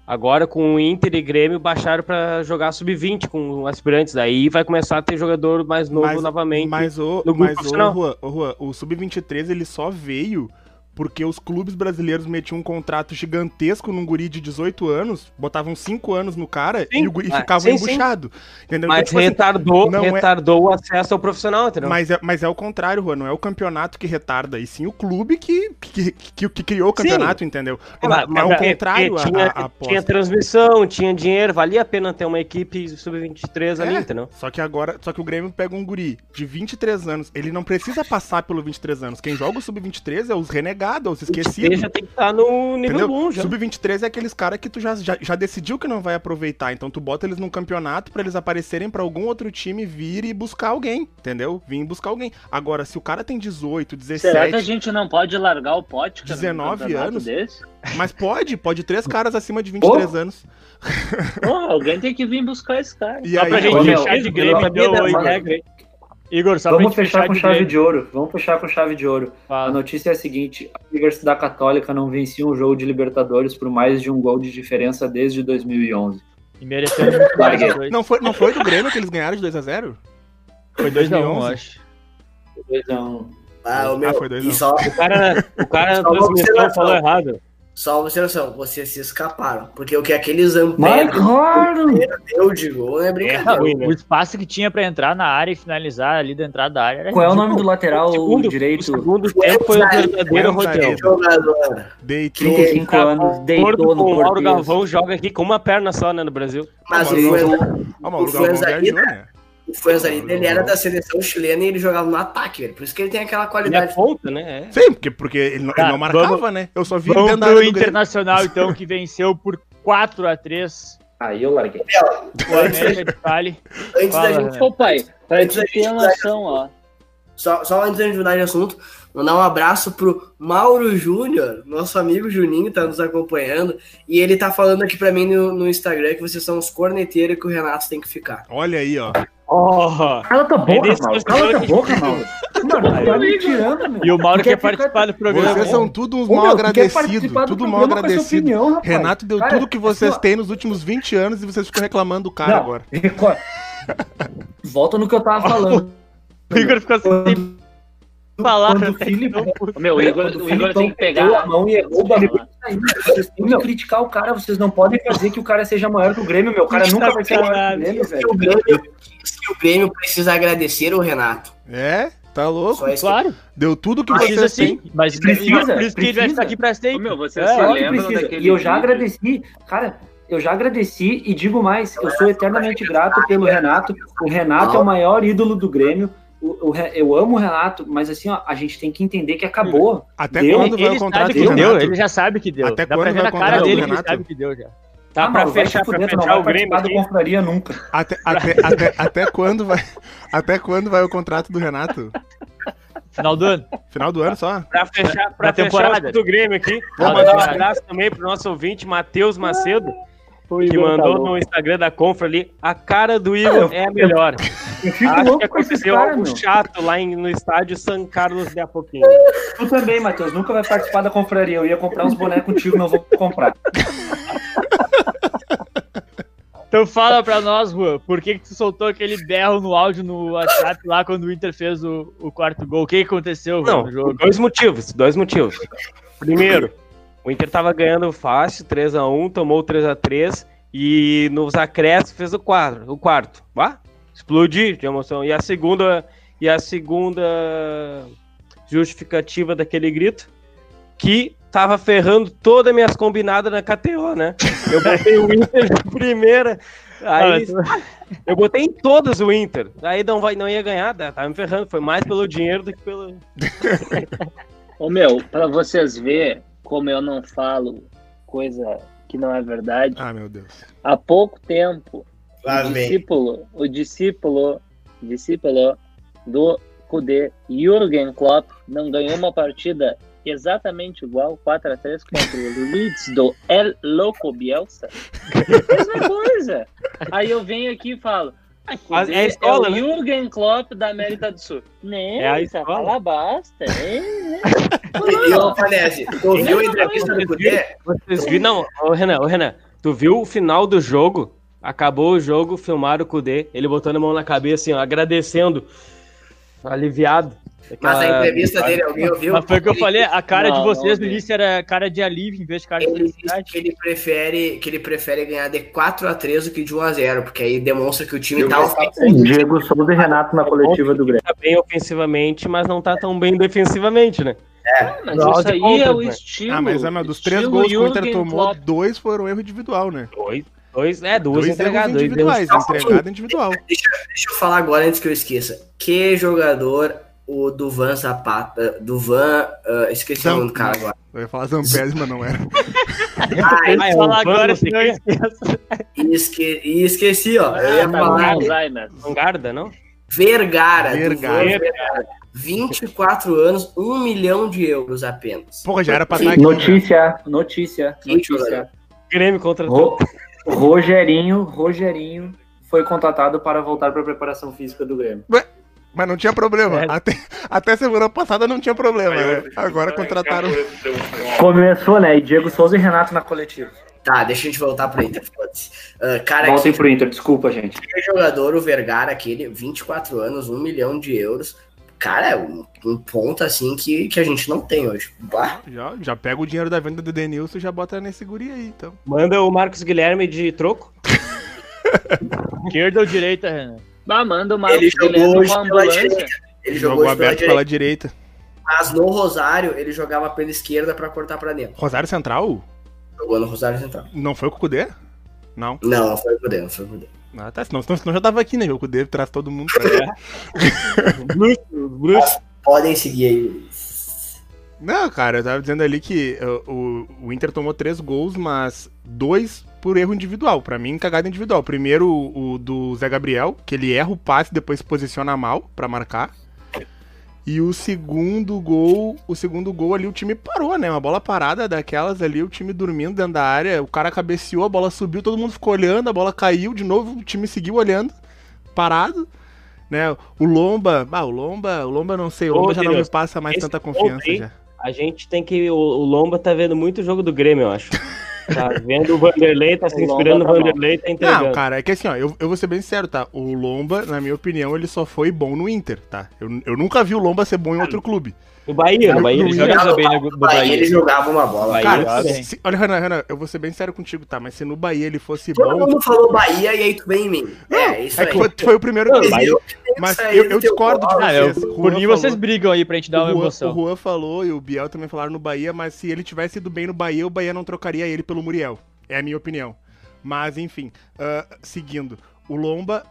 J: Agora com o Inter e Grêmio baixaram pra jogar sub-20 com aspirantes, daí vai começar a ter jogador mais novo
G: Mas-
J: novamente.
G: Mas, o,
J: no grupo
G: mas o,
J: profissional.
G: Juan, o, Juan, o Sub-23 ele só veio porque os clubes brasileiros metiam um contrato gigantesco num guri de 18 anos, botavam 5 anos no cara
J: Sim,
G: e o guri
J: mas-
G: ficava
J: sim, sim.
G: embuchado. Entendeu?
J: Mas
G: Então, tipo assim,
J: retardou,
G: não é-
J: retardou o acesso ao profissional, entendeu?
G: mas, é, mas é o contrário, Juan. Não é o campeonato que retarda, e sim o clube que, que, que, que criou o
J: Sim.
G: campeonato, entendeu?
J: É,
G: É,
J: mas-
G: o
J: mas-
G: contrário
J: é,
G: a-
J: tinha,
G: a- a aposta.
J: tinha transmissão, tinha dinheiro, valia a pena ter uma equipe sub-23 ali,
G: É,
J: entendeu?
G: Só que agora, só que o Grêmio pega um guri de 23 anos, ele não precisa passar pelo 23 anos. Quem joga o sub-23 é os renegados, é os
J: Ele
G: esquecidos.
J: já tem que estar no nível
G: Entendeu?
J: bom já.
G: Sub-23 é aqueles caras que tu já, já, já decidiu que não vai aproveitar. Então tu bota eles num campeonato pra eles aparecerem pra algum outro time vir e buscar alguém, entendeu? Vir buscar alguém. Agora, se o cara tem 18,
A: Será que a
G: 17,
A: gente não pode largar o pote, cara? num
G: 19
A: campeonato
G: anos?
A: Desse?
G: mas pode, pode três caras acima de 23 anos.
A: Pô, alguém tem que vir buscar esse cara.
G: E
B: Só pra
G: aí,
B: gente
E: ô, meu,
B: fechar de Grêmio,
E: pela
B: então,
E: vida,
B: Igor.
E: mano.
B: Igor, só
E: Vamos
B: pra gente
E: fechar com
B: de
E: chave
B: Grêmio.
E: de ouro. Vamos fechar com chave de ouro. A
B: Fala.
E: notícia é a seguinte: a Universidade Católica não vencia um jogo de Libertadores por mais de um gol de diferença desde 2011.
B: E merecendo
J: um
B: muito mais.
E: Larguei.
B: Foi
G: não foi, não foi do Grêmio que eles ganharam de 2 a 0 Foi
B: 2x1, acho.
E: Então,
D: Ah, o meu,
G: Ah, foi dois
D: e
G: não.
D: só,
J: O cara, o cara na
D: Só uma
J: transmissão
D: observação.
J: falou errado.
D: só uma observação, vocês se escaparam. Porque o que é aqueles Zampelli
E: claro!
D: deu de gol é brincadeira.
J: É ruim, né?
B: O espaço que tinha pra entrar na área e finalizar ali da entrada da
A: Tá
B: área era
E: Qual é o
B: ridículo.
E: nome do lateral
J: segundo, o
E: direito?
J: segundo tempo foi o verdadeiro
G: Zanetti.
J: roteiro.
D: Jogador.
G: Deitou.
E: 35
J: Tá
E: anos,
J: Gordo
E: deitou
J: com
E: no
J: o Mauro
E: corpo.
J: Galvão joga aqui com uma perna só, né, no Brasil.
D: Mas
G: Ah,
D: o
G: mas não-
D: Fuenzalida-
G: Ah, mas o
D: O
G: Galvão
D: Fuenzalida-
G: viajou, né?
D: o Fuenzalida, ele era
G: Não.
D: da seleção chilena e ele jogava no ataque, velho. Por isso que ele tem aquela
J: Ele é
D: qualidade.
J: ponta, né? É.
G: Sim, porque, porque ele, não- ele
B: Tá,
G: não marcava,
B: vamos-
G: né? Eu só vi ele
B: Vamos
G: dentro da
B: pro
G: área do Grêmio.
B: Internacional, então, que venceu por 4x3
E: Aí eu larguei.
B: o América de Cali.
D: Antes
B: Fala,
D: da gente
B: Renan.
I: Ô, pai, pra
D: Antes da
I: te
D: gente
I: ter noção, ó.
D: Só, só antes da gente mudar de assunto, mandar um abraço pro Mauro Júnior, nosso amigo Juninho, tá nos acompanhando. E ele tá falando aqui pra mim no, no Instagram que vocês são os corneteiros que o Renato tem que ficar.
G: Olha aí, ó.
B: Oh,
E: Cala tua
B: É
E: boca,
B: desse
E: Mauro.
B: que eu
E: Cala tua
B: sou
E: boca, Mauro. Mano, tu tá me tirando, meu.
B: e o Mauro
E: Tu quer
B: quer
E: ficar-
B: participar do programa.
G: Vocês são tudo uns
E: é Ô, meu,
G: mal
E: tu quer participar
G: agradecidos.
E: do
G: Tudo mal
E: programa com essa
G: agradecido.
E: opinião, rapaz.
G: Renato deu
E: Cara,
G: tudo que vocês
E: assim, ó.
G: têm nos últimos 20 anos e vocês ficam reclamando do cara
E: Não,
G: agora.
E: Record. Volta no que eu tava falando.
B: O Igor ficou sem palavras.
E: Quando o Filipão-
A: O meu, o Igor,
E: Quando
A: o Igor
E: Filipão
A: tem que
E: deu a
A: pegar.
E: mão e errou o bagulho. Aí, Vocês têm que criticar o cara, vocês não podem fazer que o cara seja maior que o Grêmio, meu. O cara nunca vai ser maior que o Grêmio,
D: Se
E: velho.
D: o Grêmio, se o Grêmio precisa agradecer o Renato.
G: É? Tá louco?
D: Só isso que-
B: Claro,
G: Deu tudo que
B: precisa
G: vocês
B: sim.
G: têm.
B: Mas assim,
E: Precisa,
B: mas por isso que ele vai
E: precisa.
B: ficar aqui pra
A: Ô,
B: sempre.
A: meu, você
B: É,
A: se
E: Claro que
A: lembra
E: precisa.
A: daquele
E: E eu já
A: vídeo?
E: agradeci, cara, eu já agradeci e digo mais, eu sou eternamente grato pelo Renato. O Renato é o maior ídolo do Grêmio. O- o Re- eu amo o Renato, mas assim, ó, a gente tem que entender que acabou.
G: Até
E: Deu,
G: quando vai o
B: sabe
G: contrato
B: que
G: do
B: deu,
G: Renato?
B: ele já sabe que deu.
G: Até
B: Dá pra
G: quando
B: ver
G: vai
B: na
G: o contrato
B: cara
G: do
B: dele que ele
G: Renato?
B: sabe que deu já.
J: Tá,
E: Ah,
J: pra
E: mano, vai
J: fechar,
E: se
J: pra
E: fuder, tu não
J: fechar
E: vai
J: o Grêmio
E: participar
J: aqui.
E: da confraria nunca.
G: Até, até, até, até quando vai, até quando vai o contrato do Renato?
B: Final do ano.
G: Final do ano só?
J: Pra fechar, pra
B: Na
J: fechar
B: temporada.
J: o assunto do Grêmio aqui, vou
B: Na
J: mandar um
B: temporada.
J: abraço também pro nosso ouvinte, Matheus Macedo,
I: O
J: que
A: Ah,
I: Igor tá
J: mandou
I: louco.
J: no Instagram da Confra ali, a cara do Igor é a melhor.
E: Eu fico
J: Acho que
E: louco com esses
J: aconteceu
E: caras,
J: algo
E: meu.
J: chato lá em- no estádio San Carlos de a pouquinho.
E: Tu também, Matheus, nunca vai participar da confraria. Eu ia comprar uns bonecos contigo, não vou comprar.
B: Então fala pra nós, Juan, por que, que tu soltou aquele berro no áudio no WhatsApp lá quando o Inter fez o, o quarto gol? O que que aconteceu Juan,
J: Não,
B: no
J: por
B: jogo?
J: dois motivos, dois motivos. Primeiro, o Inter tava ganhando fácil, 3x1, tomou 3x3 e nos acréscimos fez o quadro, o quarto. Vá? Explodir de emoção. E a segunda e a segunda justificativa daquele grito que tava ferrando todas as minhas combinadas na KTO, né? Eu botei o Inter na primeira, aí
B: Ah,
J: eu botei em todas o Inter. Aí não, vai, não ia ganhar, tá- tava me ferrando. Foi mais pelo dinheiro do que pelo.
A: Ô meu, pra vocês verem como eu não falo coisa que não é verdade,
G: Ah, meu Deus.
A: há pouco tempo
D: Lá
A: o
D: vem.
A: discípulo, o discípulo, discípulo do Kudê, Jürgen Klopp, não ganhou uma partida exatamente igual 4x3 contra o Leeds do El Loco Bielsa. Mesma coisa. Aí eu venho aqui e falo. "Ah, Kudê
J: É a escola,
A: é o
J: né?"
A: Jürgen Klopp da América do Sul. Nem,
J: É a
A: tá,
J: escola.
A: fala basta. é, né? nem, nem.
D: E eu falei, tu ouviu a entrevista do Cudê?
J: Vocês viram? Não, ô Renan, ô Renan, tu viu o final do jogo? Acabou o jogo, filmaram o Kudê, ele botando a mão na cabeça, assim, ó, agradecendo, aliviado.
D: Mas a
J: Aquela-
D: entrevista dele, alguém ouviu?
B: Mas foi o que eu falei, a cara de
A: Não,
B: vocês no
A: não,
B: início era cara de alívio em vez de cara de
D: Ele disse
B: felicidade.
D: que ele prefere, que ele prefere ganhar de 4x3 do que de 1x0, porque aí demonstra que o time
E: Eu
D: tá
E: vou-
D: ofensivo.
E: Diego Souza e Renato na coletiva do Grêmio.
J: Tá bem ofensivamente, mas não tá tão bem defensivamente, né?
A: Mas
J: Não,
A: isso
J: de
A: aí
J: contas,
A: é o
J: né?
A: estilo.
G: Ah, mas ah, meu, dos três
A: estilo
G: gols que o Inter
A: Jürgen
G: tomou,
A: Klopp.
G: dois foram erro individual, né?
J: Dois, dois é, duas
G: Dois erros
J: entregadas, dois erros.
G: individuais, entregada individual.
D: Deixa eu falar agora antes que eu esqueça. Que jogador o Duvan Zapata. Duvan. ah, esqueci
G: Zam-
D: o nome do cara agora.
G: Eu ia falar Zampese, mas não era.
D: Ah,
J: Ah, é o
B: Fala
J: Vando,
B: agora,
J: não sei
B: senão eu
J: quem.
B: esqueço.
D: e esque- e esqueci, ó. eu
G: é
D: ia
A: Ah, tá
D: falar.
A: com Alzheimer.
J: Não guarda, não?
D: Vergara.
G: Vergara.
D: Duvan Vergara. 24 anos, 1 milhão de euros apenas.
G: Porra, já era pra estar aqui. né?
E: Notícia, notícia,
D: Que
E: notícia.
J: Grêmio
E: Ro-
J: contratou.
E: Rogerinho, Rogerinho foi contratado para voltar para a preparação física do Grêmio.
G: Mas não tinha problema. Até, até semana passada não tinha problema. né? Agora contrataram.
E: Começou, né? E Diego Souza e Renato na coletiva.
D: Tá, deixa a gente voltar pro Inter. foda-se. Ah, cara,
E: Voltem
D: que
E: pro Inter, desculpa, gente.
D: jogador, o Vergara, aquele, 24 anos, 1 milhão de euros. Cara, é um, um ponto assim que, que a gente não tem hoje. Bah,
G: Já, já pega o dinheiro da venda do Denilson e já bota nesse guri aí, então.
J: Manda o Marcos Guilherme de troco.
B: Esquerda ou direita, Renan?
A: Bah, manda o Marcos
D: Ele jogou
A: Guilherme
D: hoje
A: com a
D: pela
A: ambulância.
D: ele jogou,
G: Jogou
D: hoje pela
G: aberto
D: direita,
G: pela direita.
D: mas no Rosário ele jogava pela esquerda pra cortar pra dentro.
G: Rosário Central?
D: Jogou no Rosário Central.
G: Não foi o Cucudê? Não.
D: Não, não foi o Cudê, não foi o Cudê.
G: Ah, tá. Senão, senão, senão já tava aqui, né? O Cucudê traz todo mundo.
D: Podem seguir aí.
G: Não, cara, eu tava dizendo ali que uh, o, o Inter tomou três gols, mas dois por erro individual. Pra mim, cagada individual. Primeiro, o, o do Zé Gabriel, que ele erra o passe e depois se posiciona mal pra marcar. E o segundo gol, o segundo gol ali o time parou, né? Uma bola parada daquelas ali, o time dormindo dentro da área, o cara cabeceou, a bola subiu, todo mundo ficou olhando, a bola caiu de novo, o time seguiu olhando, parado, né? O Lomba, ah, o Lomba, o Lomba não sei, o
J: Ô,
G: Lomba já não me
J: Deus,
G: passa mais
J: esse
G: tanta
J: gol,
G: confiança
J: hein?
G: já.
J: A gente tem que. O, o Lomba tá vendo muito o jogo do Grêmio, eu acho. Tá vendo o Vanderlei, tá se
A: O Lomba
J: inspirando no
A: tá mal.
J: Vanderlei, tá entregando.
G: Não, cara, é que assim, ó, eu, eu vou ser bem sincero, tá? O Lomba, na minha opinião, ele só foi bom no Inter, tá? Eu, eu nunca vi o Lomba ser bom em outro clube.
J: No Bahia, no Bahia.
G: Ele
J: Ele
G: joga-
J: joga...
B: Jogava bem no, no
D: Aí ele
B: Bahia.
D: jogava uma bola.
J: né, Bahia.
B: ele
G: Cara,
B: joga
G: se-
B: bem.
G: se- olha, Renan, Renan, eu vou ser bem sério contigo, tá? Mas se no Bahia ele fosse
D: Todo
G: bom.
D: mundo falou Bahia e aí tu vem em mim. é, isso
G: É
D: aí.
G: que foi, foi o primeiro.
D: Mas
G: Bahia-
D: eu que tenho
G: Mas
D: Isso aí
G: eu,
D: do
G: eu
D: teu
G: discordo de
D: colo.
K: Ah,
B: é,
K: eu,
G: vocês.
K: por mim
G: Juan
K: vocês
G: falou-
K: brigam aí pra gente dar uma
G: o Juan,
K: emoção.
G: o Juan falou e o Biel também falaram no Bahia, mas se ele tivesse ido bem no Bahia, o Bahia não trocaria ele pelo Muriel. É a minha opinião. Mas, enfim, ah, seguindo. O Lomba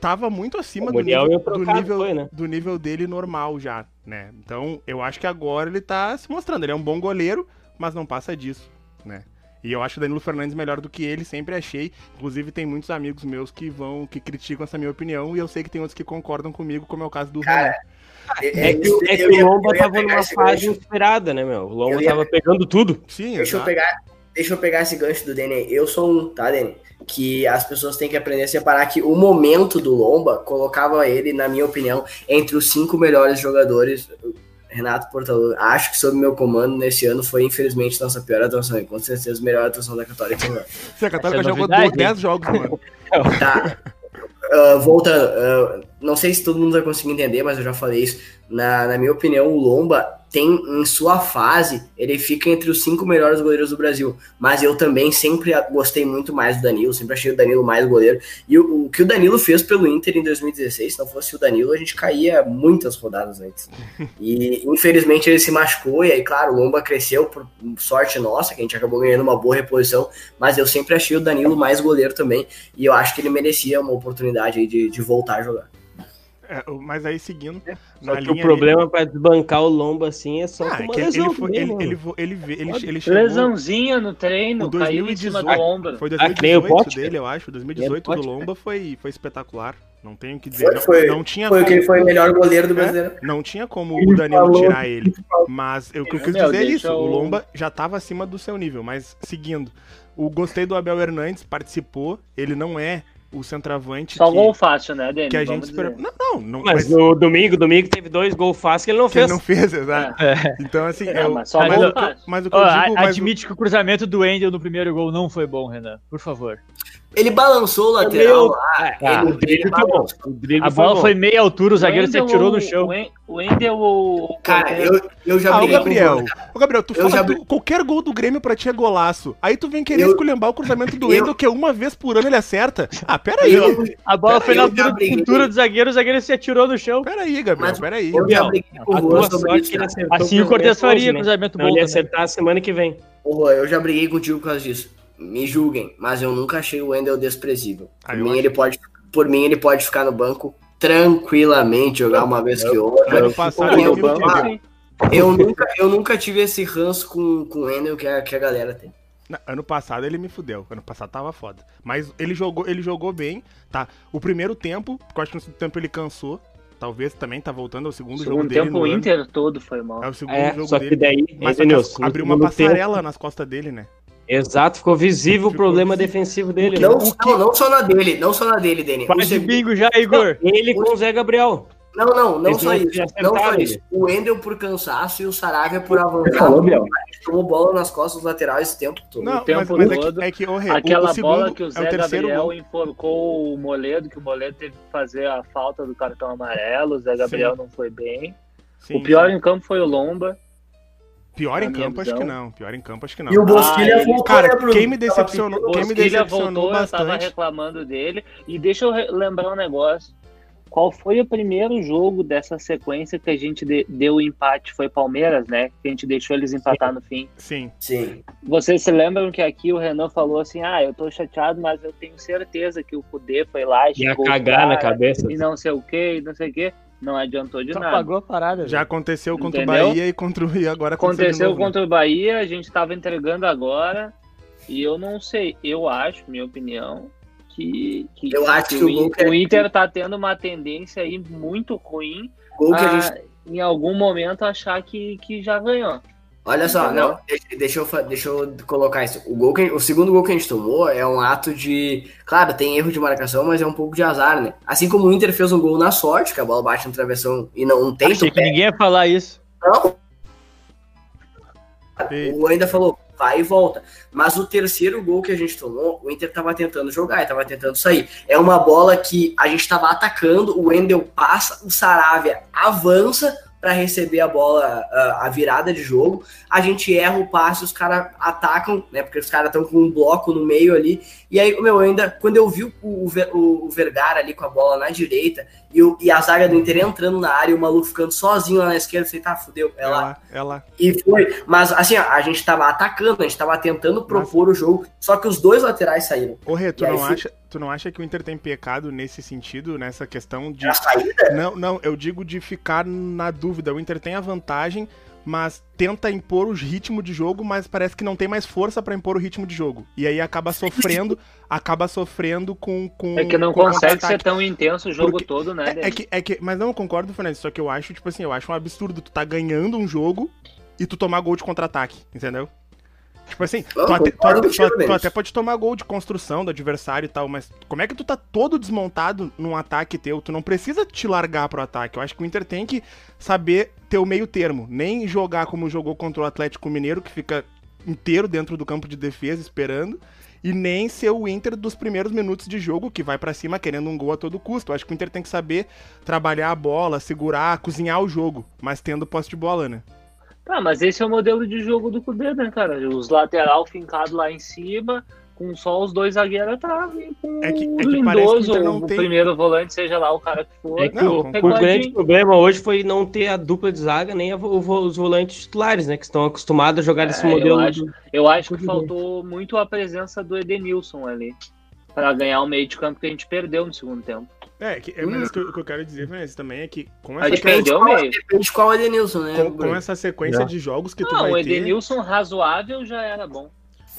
G: tava muito acima
J: O
G: do
J: Muriel
G: nível,
J: ia trocar,
G: do nível-
J: foi, né?
G: do nível dele normal já, né? Então, eu acho que agora ele tá se mostrando. Ele é um bom goleiro, mas não passa disso, né? E eu acho o Danilo Fernandes melhor do que ele, sempre achei. Inclusive, tem muitos amigos meus que vão, que criticam essa minha opinião, e eu sei que tem outros que concordam comigo, como é o caso do Renan.
J: É que, o- é que o Lomba tava numa fase inspirada, né, meu? O
D: Eu
J: Lomba
D: ia-
J: tava pegando tudo.
G: Sim,
D: Deixa eu,
G: exato.
D: pegar, deixa eu pegar esse gancho do Denner. Eu sou um, tá, Denner? Que as pessoas têm que aprender a separar que o momento do Lomba colocava ele, na minha opinião, entre os cinco melhores jogadores. Renato Portaluppi, acho que sob meu comando nesse ano foi infelizmente nossa pior atuação e com certeza a melhor atuação da Católica. no ano.
G: Se a Católica
K: Essa é
G: jogou
K: novidade,
G: 10 jogos, mano.
D: Tá. Ah, voltando, ah, não sei se todo mundo vai conseguir entender, mas eu já falei isso. Na, na minha opinião, o Lomba tem em sua fase, ele fica entre os cinco melhores goleiros do Brasil. Mas eu também sempre a- gostei muito mais do Danilo, sempre achei o Danilo mais goleiro. E o, o que o Danilo fez pelo Inter em 2016, se não fosse o Danilo, a gente caía muitas rodadas antes. E infelizmente ele se machucou, e aí, claro, o Lomba cresceu por sorte nossa, que a gente acabou ganhando uma boa reposição. Mas eu sempre achei o Danilo mais goleiro também. E eu acho que ele merecia uma oportunidade aí de, de voltar a jogar.
G: É, o- mas aí seguindo.
D: É.
J: Só
G: na
J: que
G: linha
J: o problema pra desbancar o Lomba assim é só
G: ali- Ah,
J: com
G: é
J: uma
G: que ele,
J: lesão.
G: ele,
J: Foi,
G: foi, ele, ele, vo- ele, vê- ele, ele chegou.
A: Lesãozinha no treino,
G: O
A: caiu em cima do
G: 2018.
A: ombro.
G: Foi
J: Ah, que nem o
G: 2018
J: Potker.
G: dele, eu acho. 2018
J: Nem o
G: do
J: Potker.
G: Lomba foi, foi espetacular. Não tenho o que dizer.
D: Foi-
G: não,
D: foi-
G: não tinha
D: Foi o que
G: como,
D: ele foi o melhor goleiro do
G: É?
D: brasileiro.
G: não tinha como
D: Ele
G: o Danilo
D: falou-
G: tirar ele. Mas eu, o que eu quis
A: Meu,
G: dizer é
A: deixa
G: isso.
A: eu-
G: O Lomba já tava acima do seu nível. Mas seguindo. O gostei do Abel Hernandes, participou. Ele não é o centroavante
A: Só
G: que,
A: gol fácil, né, Denis?
G: que a gente
A: Vamos dizer.
G: espera. Não, não, não.
J: Mas no domingo, domingo teve dois gols fáceis que ele não
G: que ele
J: fez.
G: não fez, exato. Então, assim,
A: É,
G: eu-
A: mas só
G: mas
A: gol
G: o que eu-
A: fácil.
G: mas o que
B: Ó,
G: eu
B: a-
G: digo, mas o-
B: admite que o cruzamento do Endel no primeiro gol não foi bom, Renan. Por favor.
D: Ele balançou o lateral
J: meio-
D: lá.
J: Ah,
D: ele-
J: o drible
D: ele
J: foi bom.
D: balançou.
J: O drible
B: A bola
J: bom.
B: foi meia altura, o zagueiro se
A: Wendel
B: atirou
A: ou-
B: no chão.
A: o En- O Endel ou.
D: Cara, eu, eu já
G: Ah, o
D: briguei
G: Gabriel. Ô, Gabriel, tu
D: Eu
G: fala
D: já
G: do- qualquer gol do Grêmio pra ti é golaço. Aí tu vem querer
D: Eu-
G: esculhambar o cruzamento do
D: Eu-
G: Wendel, que é uma vez por ano ele acerta. Ah,
D: com
G: peraí.
D: eu,
B: A bola foi na
D: Eu já
B: altura da
D: briguei.
B: cintura do zagueiro, o zagueiro se atirou no chão.
G: Peraí, Gabriel,
D: Mas-
G: peraí.
D: eu já
J: Gabriel,
D: briguei com o
J: A
D: Juan
J: tua
D: sobre isso.
J: sorte que
D: né?
J: ele
D: cara.
J: acertou.
B: Assim o Cortes faria,
J: né?
B: cruzamento
J: Não,
B: bom.
J: ele ia
B: também.
J: acertar semana que vem.
D: Ô, Juan, eu já briguei contigo por causa disso. Me julguem, mas eu nunca achei o Wendel desprezível. Por,
G: Ah, eu
D: mim,
G: acho-
D: ele pode, por mim, ele pode ficar no banco tranquilamente, jogar uma vez que outra.
G: Ano passado
D: Pô,
G: ele
D: eu-
G: me entendeu.
D: Eu nunca, eu nunca tive esse ranço com, com o Wendel que a, que a galera tem.
G: Não, Ano passado ele me fudeu. Ano passado tava foda. Mas ele jogou, ele jogou bem, tá? O primeiro tempo, porque eu acho que no segundo tempo ele cansou. Talvez também tá voltando ao segundo, jogo
A: Segundo
G: dele.
A: um tempo,
G: no
A: o
G: ano.
A: Inter todo foi mal.
G: É o segundo
J: É,
G: jogo
J: só que
G: dele.
J: daí,
G: Mas só que
J: Edenilson, no
G: abriu uma
J: segundo tempo-
G: passarela nas costas dele, né?
J: Exato, ficou visível o
G: Ficou
J: problema
G: visível.
J: defensivo dele.
D: Não,
J: né?
D: não, não só na dele, não só na dele, Dani. O
B: Quase
D: segundo-
B: bingo já, Igor.
J: Ele com o Zé Gabriel.
D: Não, não, não
J: Eles
D: só
J: não
D: isso.
J: se
D: Não só
J: acertaram.
D: isso. O Endel por cansaço e o Saravia por avançar. Tomou bola nas costas laterais o tempo todo.
G: Não, mas,
A: tempo
G: mas é
A: todo,
G: que, é que ô, Rê, o,
A: Aquela bola
G: o segundo
A: que o
G: é o
A: Zé
G: terceiro
A: Gabriel
G: gol.
A: enforcou o Moledo, que o Moledo teve que fazer a falta do cartão amarelo, o Zé Gabriel não foi bem.
G: Sim,
A: o pior
G: sim.
A: em campo foi o Lomba.
G: pior
A: na
G: em
A: minha
G: campo acho que
A: visão.
G: não. Pior em campo acho que não.
D: E o Bosquilha
A: Ah, ele-
D: voltou, né,
G: Cara,
D: Bruno?
G: quem me
D: Tava
G: decepcionou,
D: pedindo-
G: quem me
A: Bosquilha
G: decepcionou
A: voltou, eu tava
G: bastante.
A: reclamando dele. E deixa eu re- lembrar um negócio. Qual foi o primeiro jogo dessa sequência que a gente de- deu o empate? Foi Palmeiras, né? Que a gente deixou eles empatar no fim.
G: Sim.
D: Sim.
A: Vocês se lembram que aqui o Renan falou assim: ah, eu tô chateado, mas eu tenho certeza que o Kudê foi lá e
J: Ia
A: xingou o
J: cagar na
A: cara,
J: cabeça.
A: E não sei o que, e não sei o que. Não adiantou de
B: Só
A: nada.
B: apagou a parada.
G: Já aconteceu contra
A: Entendeu?
G: o Bahia e contra o e agora aconteceu,
A: Aconteceu
G: de novo, né?
A: contra o Bahia, a gente tava entregando agora. E eu não sei, eu acho, minha opinião, que, que,
D: Eu acho que é o
A: In-
D: Lucas-
A: o Inter tá tendo uma tendência aí muito ruim
D: Gol que a
A: a,
D: gente...
A: em algum momento achar que, que já ganhou.
D: Olha só,
A: Entendeu?
D: não, deixa, deixa eu, fa- deixa eu colocar isso. O, gol que, o segundo gol que a gente tomou é um ato de. Claro, tem erro de marcação, mas é um pouco de azar, né? Assim como o Inter fez um gol na sorte, que a bola bate no travessão e não, não tenta
B: Achei
D: o
B: que
D: pé.
B: ninguém ia falar isso.
D: Não,
G: E-
D: o ainda falou, vai e volta. Mas o terceiro gol que a gente tomou, o Inter tava tentando jogar e tava tentando sair. É uma bola que a gente tava atacando, o Wendel passa, o Saravia avança para receber a bola, a, a virada de jogo. A gente erra o passe, os caras atacam, né? Porque os caras estão com um bloco no meio ali. E aí, meu, ainda, quando eu vi o, o, o Vergara ali com a bola na direita e, o, e a zaga do Inter entrando na área e o maluco ficando sozinho lá na esquerda, eu falei, tá, fudeu, é lá.
G: É lá.
D: E foi. Mas assim, ó, a gente tava atacando, a gente tava tentando propor o jogo, só que os dois laterais saíram.
G: Corre, tu
D: E aí
G: não,
D: fui-
G: acha, tu não acha que o Inter tem pecado nesse sentido, nessa questão de.
D: A saída?
G: Não, não, eu digo de ficar na dúvida. O Inter tem a vantagem, mas tenta impor o ritmo de jogo, mas parece que não tem mais força pra impor o ritmo de jogo. E aí acaba sofrendo, acaba sofrendo com. com
A: É que não
G: com um
A: consegue ser
G: contra-ataque.
A: tão intenso o jogo
G: tá Porque-
A: todo, né?
G: É, é que, é que, mas não, eu concordo, Fernandes, só que eu acho, tipo assim, eu acho um absurdo tu tá ganhando um jogo e tu tomar gol de contra-ataque, entendeu? Tipo assim, tu
D: Não,
G: até, tu
D: concordo
G: até- tu
D: contigo,
G: até- tu
D: Denis.
G: até pode tomar gol de construção do adversário e tal, mas como é que tu tá todo desmontado num ataque teu? Tu não precisa te largar pro ataque. Eu acho que o Inter tem que saber ter o meio termo, nem jogar como jogou contra o Atlético Mineiro, que fica inteiro dentro do campo de defesa esperando, e nem ser o Inter dos primeiros minutos de jogo que vai pra cima querendo um gol a todo custo. Eu acho que o Inter tem que saber trabalhar a bola, segurar, cozinhar o jogo, mas tendo posse de bola, né?
A: Tá, mas esse é o modelo de jogo do Cudê, né, cara? Os lateral fincado lá em cima, com só os dois zagueiros atrás e com
G: É que- é
A: o
G: que parece que
A: Lindoso,
G: o Inter não
A: o
G: tem-
A: primeiro volante, seja lá o cara que for.
J: É que
G: Não,
J: o,
G: concordo.
J: o grande problema hoje foi não ter a dupla de zaga nem a vo- vo- os volantes titulares, né? Que estão acostumados a jogar esse
A: É, eu
J: modelo.
A: acho. Eu acho que
J: Tudo bem.
A: faltou muito a presença do Edenilson ali. Pra ganhar o meio de campo que a gente perdeu no segundo tempo.
G: É, que,
J: Hum.
G: é mas o que eu- o que eu quero dizer, Fernandes, também é que com
A: A
G: essa,
A: gente
G: que-
A: perdeu o meio.
D: Depende de qual é o Edenilson, né?
G: com, com
D: Bruno?
G: essa sequência
J: É.
G: de jogos que tu
A: Não, o
G: vai ter...
A: Edenilson razoável já era bom.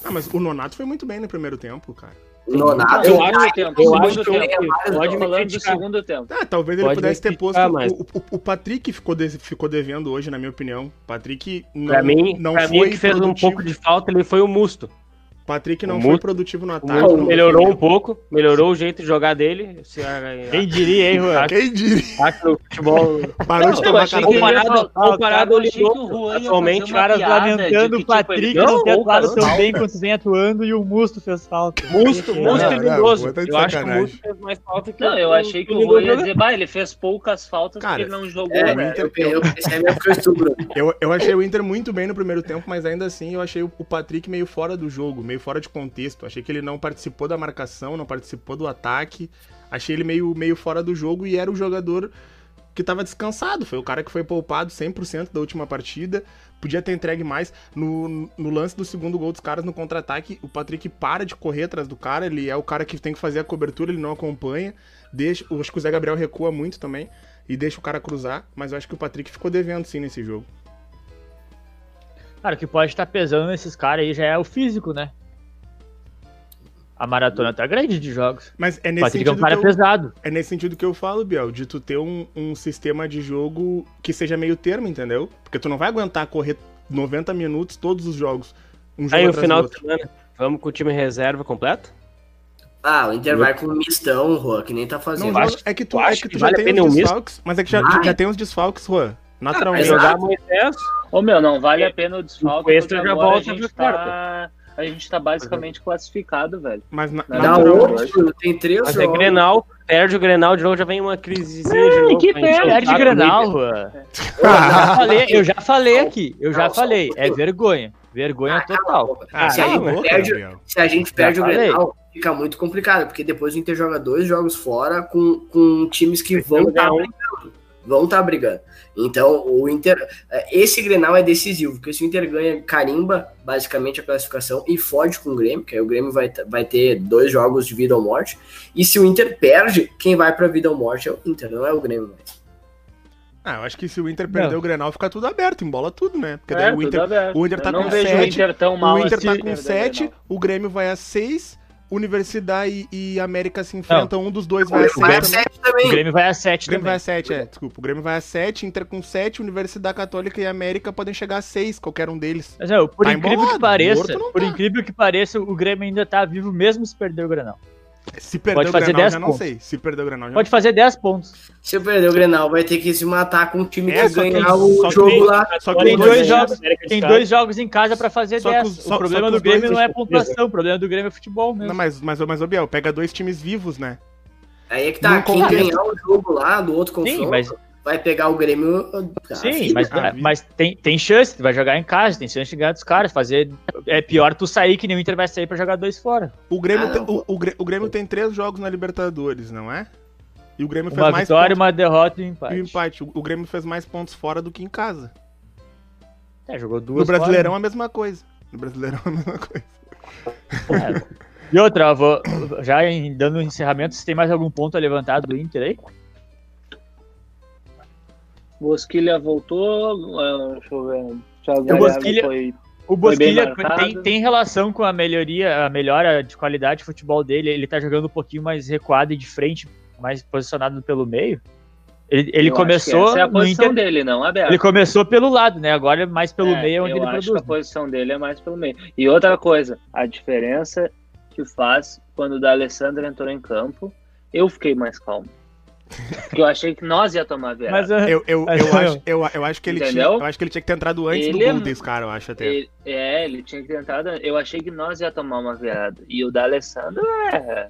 G: Ah, mas o Nonato foi muito bem no primeiro tempo, cara.
D: Nonato.
J: Ah, Eu
A: Não,
J: acho-
A: segundo tempo,
J: eu
A: segundo
J: acho que
A: tempo.
J: eu- pode
A: Tô
J: me
A: falando do
J: criticar.
A: segundo tempo.
G: Ah, talvez ele
J: Pode
G: pudesse ter posto...
J: criticar, mas-
G: O, o- o Patrick ficou, de- ficou devendo hoje, na minha opinião. Patrick não,
J: Pra mim,
G: não
J: pra mim,
G: foi
J: o que fez um
G: produtivo.
J: pouco um de falta ele foi o Musto.
G: Patrick
J: O
G: não foi
J: Musto-
G: produtivo no
J: O
G: ataque.
J: Musto
G: não
J: melhorou um
G: defendeu.
J: pouco, melhorou o jeito de jogar dele. é, Se a-
B: Quem diria, hein, Juan?
G: Quem diria?
J: Acho que o futebol
G: Parou
A: Não,
G: de
A: eu
G: tomar
A: achei
G: cara.
A: que-
J: comparado,
A: ele um ia falar,
J: comparado
A: eu
J: ao
A: achei que o
J: Lindoso,
A: Juan ia
J: atualmente
B: Os
A: fazer uma
B: caras
A: piada de
B: lamentando
A: que,
B: o
A: tipo, ele
B: Patrick
A: ganhou
B: não ter
A: gol,
B: atuado
A: cara.
B: tão bem quanto vem atuando e o Musto fez falta.
J: Musto,
B: Não,
J: Musto e
G: Ah, não, não,
J: Lindoso.
G: vou tá de
J: eu acho que o
G: sacanagem.
J: Musto fez mais falta que
A: Não, eu
J: o-
A: achei que o Juan
J: Lindoso
A: ia dizer, bah, ele fez poucas faltas
G: Cara,
A: porque ele não jogou.
D: É,
A: né?
D: né? eu, eu, esse é mesmo que eu estudo, Bruno.
G: Eu, eu achei o Inter muito bem no primeiro tempo, mas ainda assim eu achei o o Patrick meio fora do jogo, meio fora de contexto. Achei que ele não participou da marcação, não participou do ataque. Achei ele meio, meio fora do jogo e era o jogador que tava descansado. Foi o cara que foi poupado 100% da última partida. Podia ter entregue mais. No, no lance do segundo gol dos caras no contra-ataque, o Patrick para de correr atrás do cara. Ele é o cara que tem que fazer a cobertura, ele não acompanha. Deixa, eu acho que o Zé Gabriel recua muito também. E deixa o cara cruzar, mas eu acho que o Patrick ficou devendo sim nesse jogo.
B: Cara, o que pode estar pesando nesses caras aí já é o físico, né? A maratona tá grande de jogos.
G: Mas é
B: O
G: nesse,
B: Patrick é um
G: sentido
B: cara
G: que eu,
B: pesado.
G: é nesse sentido que eu falo, Biel, de tu ter um, um sistema de jogo que seja meio termo, entendeu? Porque tu não vai aguentar correr 90 minutos todos os jogos. Um jogo
J: Aí o
G: atrás
J: final
G: do
J: de
G: outro.
J: semana, vamos com o time reserva completo?
D: Ah, o Inter vai com um mistão, Juan, que nem tá
G: Não,
D: fazendo.
G: joga-
J: acho-
G: é que tu,
J: eu
G: é
J: acho
G: que
J: que
G: tu
J: vale
G: já
J: a pena
G: tem
J: um
G: os
J: misto. Ah,
G: desfalques, mas é que já,
D: Vai.
G: já tem os desfalques, Juan. Naturalmente.
D: Exato.
J: Jogar Moisés,
A: Ô meu, não vale a pena o desfalque.
J: É, O extra
A: porque
J: já
A: agora
J: volta
A: a gente
J: pro
A: tá... A gente tá basicamente classificado, velho.
G: mas na-
A: Não,
D: Dá
G: natural-
D: outro, Bruno, tem três
J: mas é
D: jogos.
J: Grenal, perde o Grenal de novo, já vem uma crisezinha de novo.
A: que
J: pra gente
A: perde,
J: voltar
B: Perde
J: com
B: Grenal,
J: ele.
B: Juan. Eu já falei, eu já falei aqui. Eu já falei. É vergonha. Vergonha total.
G: Ah,
D: se, a
G: tá
D: gente
G: louco,
D: assim, perde,
G: Gabriel.
D: se a gente perde o
B: falei.
D: Grenal, fica muito complicado, porque depois o Inter joga dois jogos fora com, com times que vão
J: Precisa
D: estar
J: ganhar um.
D: brigando. Vão estar brigando. Então, o Inter. eh, Esse Grenal é decisivo, porque se o Inter ganha, carimba basicamente a classificação e fode com o Grêmio, que aí o Grêmio vai, t- vai ter dois jogos de vida ou morte. E se o Inter perde, quem vai pra vida ou morte é o Inter, não é o Grêmio mais.
G: Ah, eu acho que se o Inter perder o Grenal, fica tudo aberto, embola tudo, né? Porque
A: É,
G: daí o
A: tudo
G: Inter,
A: aberto.
G: o Inter
A: Eu
G: tá
A: não
G: com
A: vejo o
G: sete,
A: Inter tão mal
G: o Inter
A: assim,
G: tá com
A: perdeu,
G: 7,
A: não.
G: o Grêmio vai a 6, Universidade e, e América se enfrentam, um dos dois
D: O
G: vai a
D: Grêmio vai a
G: 6 também.
D: sete também.
B: O Grêmio vai a
G: O
B: 7
G: Grêmio vai
B: também.
G: a 7, é, desculpa. O Grêmio vai a 7, Inter com 7, Universidade Católica e América podem chegar a 6, qualquer um deles.
B: Mas, meu, por
G: Tá
B: incrível que
G: embolado,
B: pareça,
G: morto não
B: por
G: tá.
B: incrível que pareça, o Grêmio ainda tá vivo mesmo se perder o Grenal.
G: Se perder o
B: fazer
G: Granal,
B: 10
G: já não
B: pontos.
G: sei. Se perder o Granal, já
B: Pode fazer 10 pontos.
D: Se eu perder o Grenal, vai ter que se matar com um time
G: É,
D: que
G: só que-
D: ganhar
G: só
D: o
G: que-
D: jogo lá.
G: não sei. Só que
B: Tem
G: os dois
B: dois
G: jogos.
B: jogos, tem dois jogos em casa pra fazer
G: Só que
B: 10.
G: os- só-
B: o problema
G: só que
B: do
G: os dois
B: Grêmio não é
G: deixam-
B: pontuação, o problema do Grêmio é futebol mesmo.
G: Não, mas, mas, mas, ô Biel, pega dois times vivos, né?
D: Aí é que tá,
G: Não
D: quem
G: conta.
D: ganhar o jogo lá do outro confronto.
B: Sim, mas
D: vai pegar o Grêmio. cara,
B: Sim,
D: assim,
B: mas, ah, mas tem, tem chance, tu vai jogar em casa, tem chance de ganhar dos caras. Fazer, é pior tu sair que nem o Inter vai sair pra jogar dois fora.
G: O Grêmio,
D: Ah,
G: tem,
D: não,
G: o, o Grê- o Grêmio tem três jogos na Libertadores, não é? E o Grêmio
B: Uma
G: fez mais
B: vitória,
G: pontos
B: uma derrota e um
G: e
B: empate.
G: um empate. O o Grêmio fez mais pontos fora do que em casa.
B: É, jogou duas
G: No Brasileirão
B: fora.
G: a mesma coisa. No Brasileirão a mesma coisa.
B: É. E outra, eu vou, já em- dando um encerramento, se tem mais algum ponto a levantar do Inter aí?
A: Bosquilha voltou. ah, Deixa eu ver. Thiago
B: O
A: Galhardo
B: Bosquilha-
A: foi
B: O
A: Foi bem
B: Bosquilha
A: marcado.
B: tem, tem relação com a melhoria, a melhora de qualidade de futebol dele. Ele tá jogando um pouquinho mais recuado e de frente, mais posicionado pelo meio. Ele, ele
A: Eu acho que
B: começou
A: Essa é a
B: no
A: posição
B: Inter,
A: dele, não aberta.
B: ele começou pelo lado, né? Agora é mais pelo
A: É,
B: meio é onde
A: eu
B: ele
A: acho
B: produz.
A: que a posição dele é mais pelo meio. E outra coisa, a diferença que faz quando o D'Alessandro entrou em campo, eu fiquei mais calmo. Porque eu achei que nós ia tomar a virada.
B: Mas, ah,
G: Eu, eu,
B: Mas
G: eu,
B: não.
G: acho, eu, eu acho que ele tinha,
A: Entendeu?
G: eu acho que ele tinha que ter entrado antes
A: Ele é
G: do gol
A: mu-
G: desse cara, eu acho até.
A: Ele- é, ele tinha que tentar. dar- Eu achei que nós ia tomar uma virada. E o D'Alessandro é.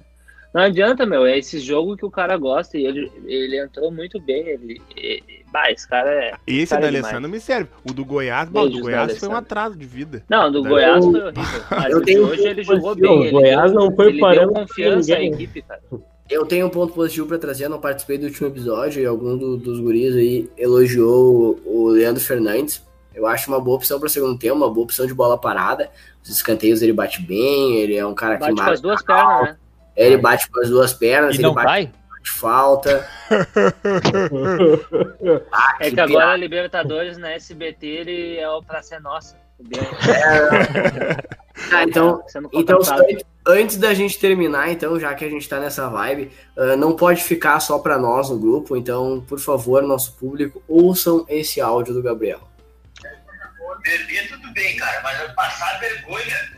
A: Não adianta, meu. É esse jogo que o cara gosta. E ele, ele entrou muito bem. Ele, e- bah, esse cara é.
G: Esse
A: cara
G: da
A: é demais.
G: Alessandro me serve. O do Goiás, bom, o do
A: Beijos, né,
G: Goiás foi um
A: D'Alessandro.
G: atraso de vida.
A: Não, do
G: Não.
A: Goiás foi horrível. Mas
D: Eu
A: o de
D: tenho
A: hoje ele jogou
D: positivo,
A: bem.
D: o
A: Ele
K: Goiás não foi
A: ele deu
K: parando pra
A: confiança à
K: ninguém.
A: equipe, cara.
D: Eu tenho um ponto positivo pra trazer, eu não participei do último episódio e algum do- dos guris aí elogiou o, o Leandro Fernandes. Eu acho uma boa opção para segundo tempo, uma boa opção de bola parada. Os escanteios ele bate bem, ele é um cara que
A: Bate com
D: marca,
A: as duas pernas, né?
D: ele bate com as duas pernas,
B: e
D: ele
B: não
D: bate,
B: vai?
D: de falta. Ah,
A: É que agora a Libertadores né, na SBT ele é o pra ser nossa. entendeu?
D: Ah, então,
A: Sendo
D: Então,
A: contratado.
D: antes, antes da gente terminar, então, já que a gente tá nessa vibe, ah, não pode ficar só pra nós no grupo, então, por favor, nosso público, ouçam esse áudio do Gabriel.
L: Beber tudo bem, cara, mas eu passar vergonha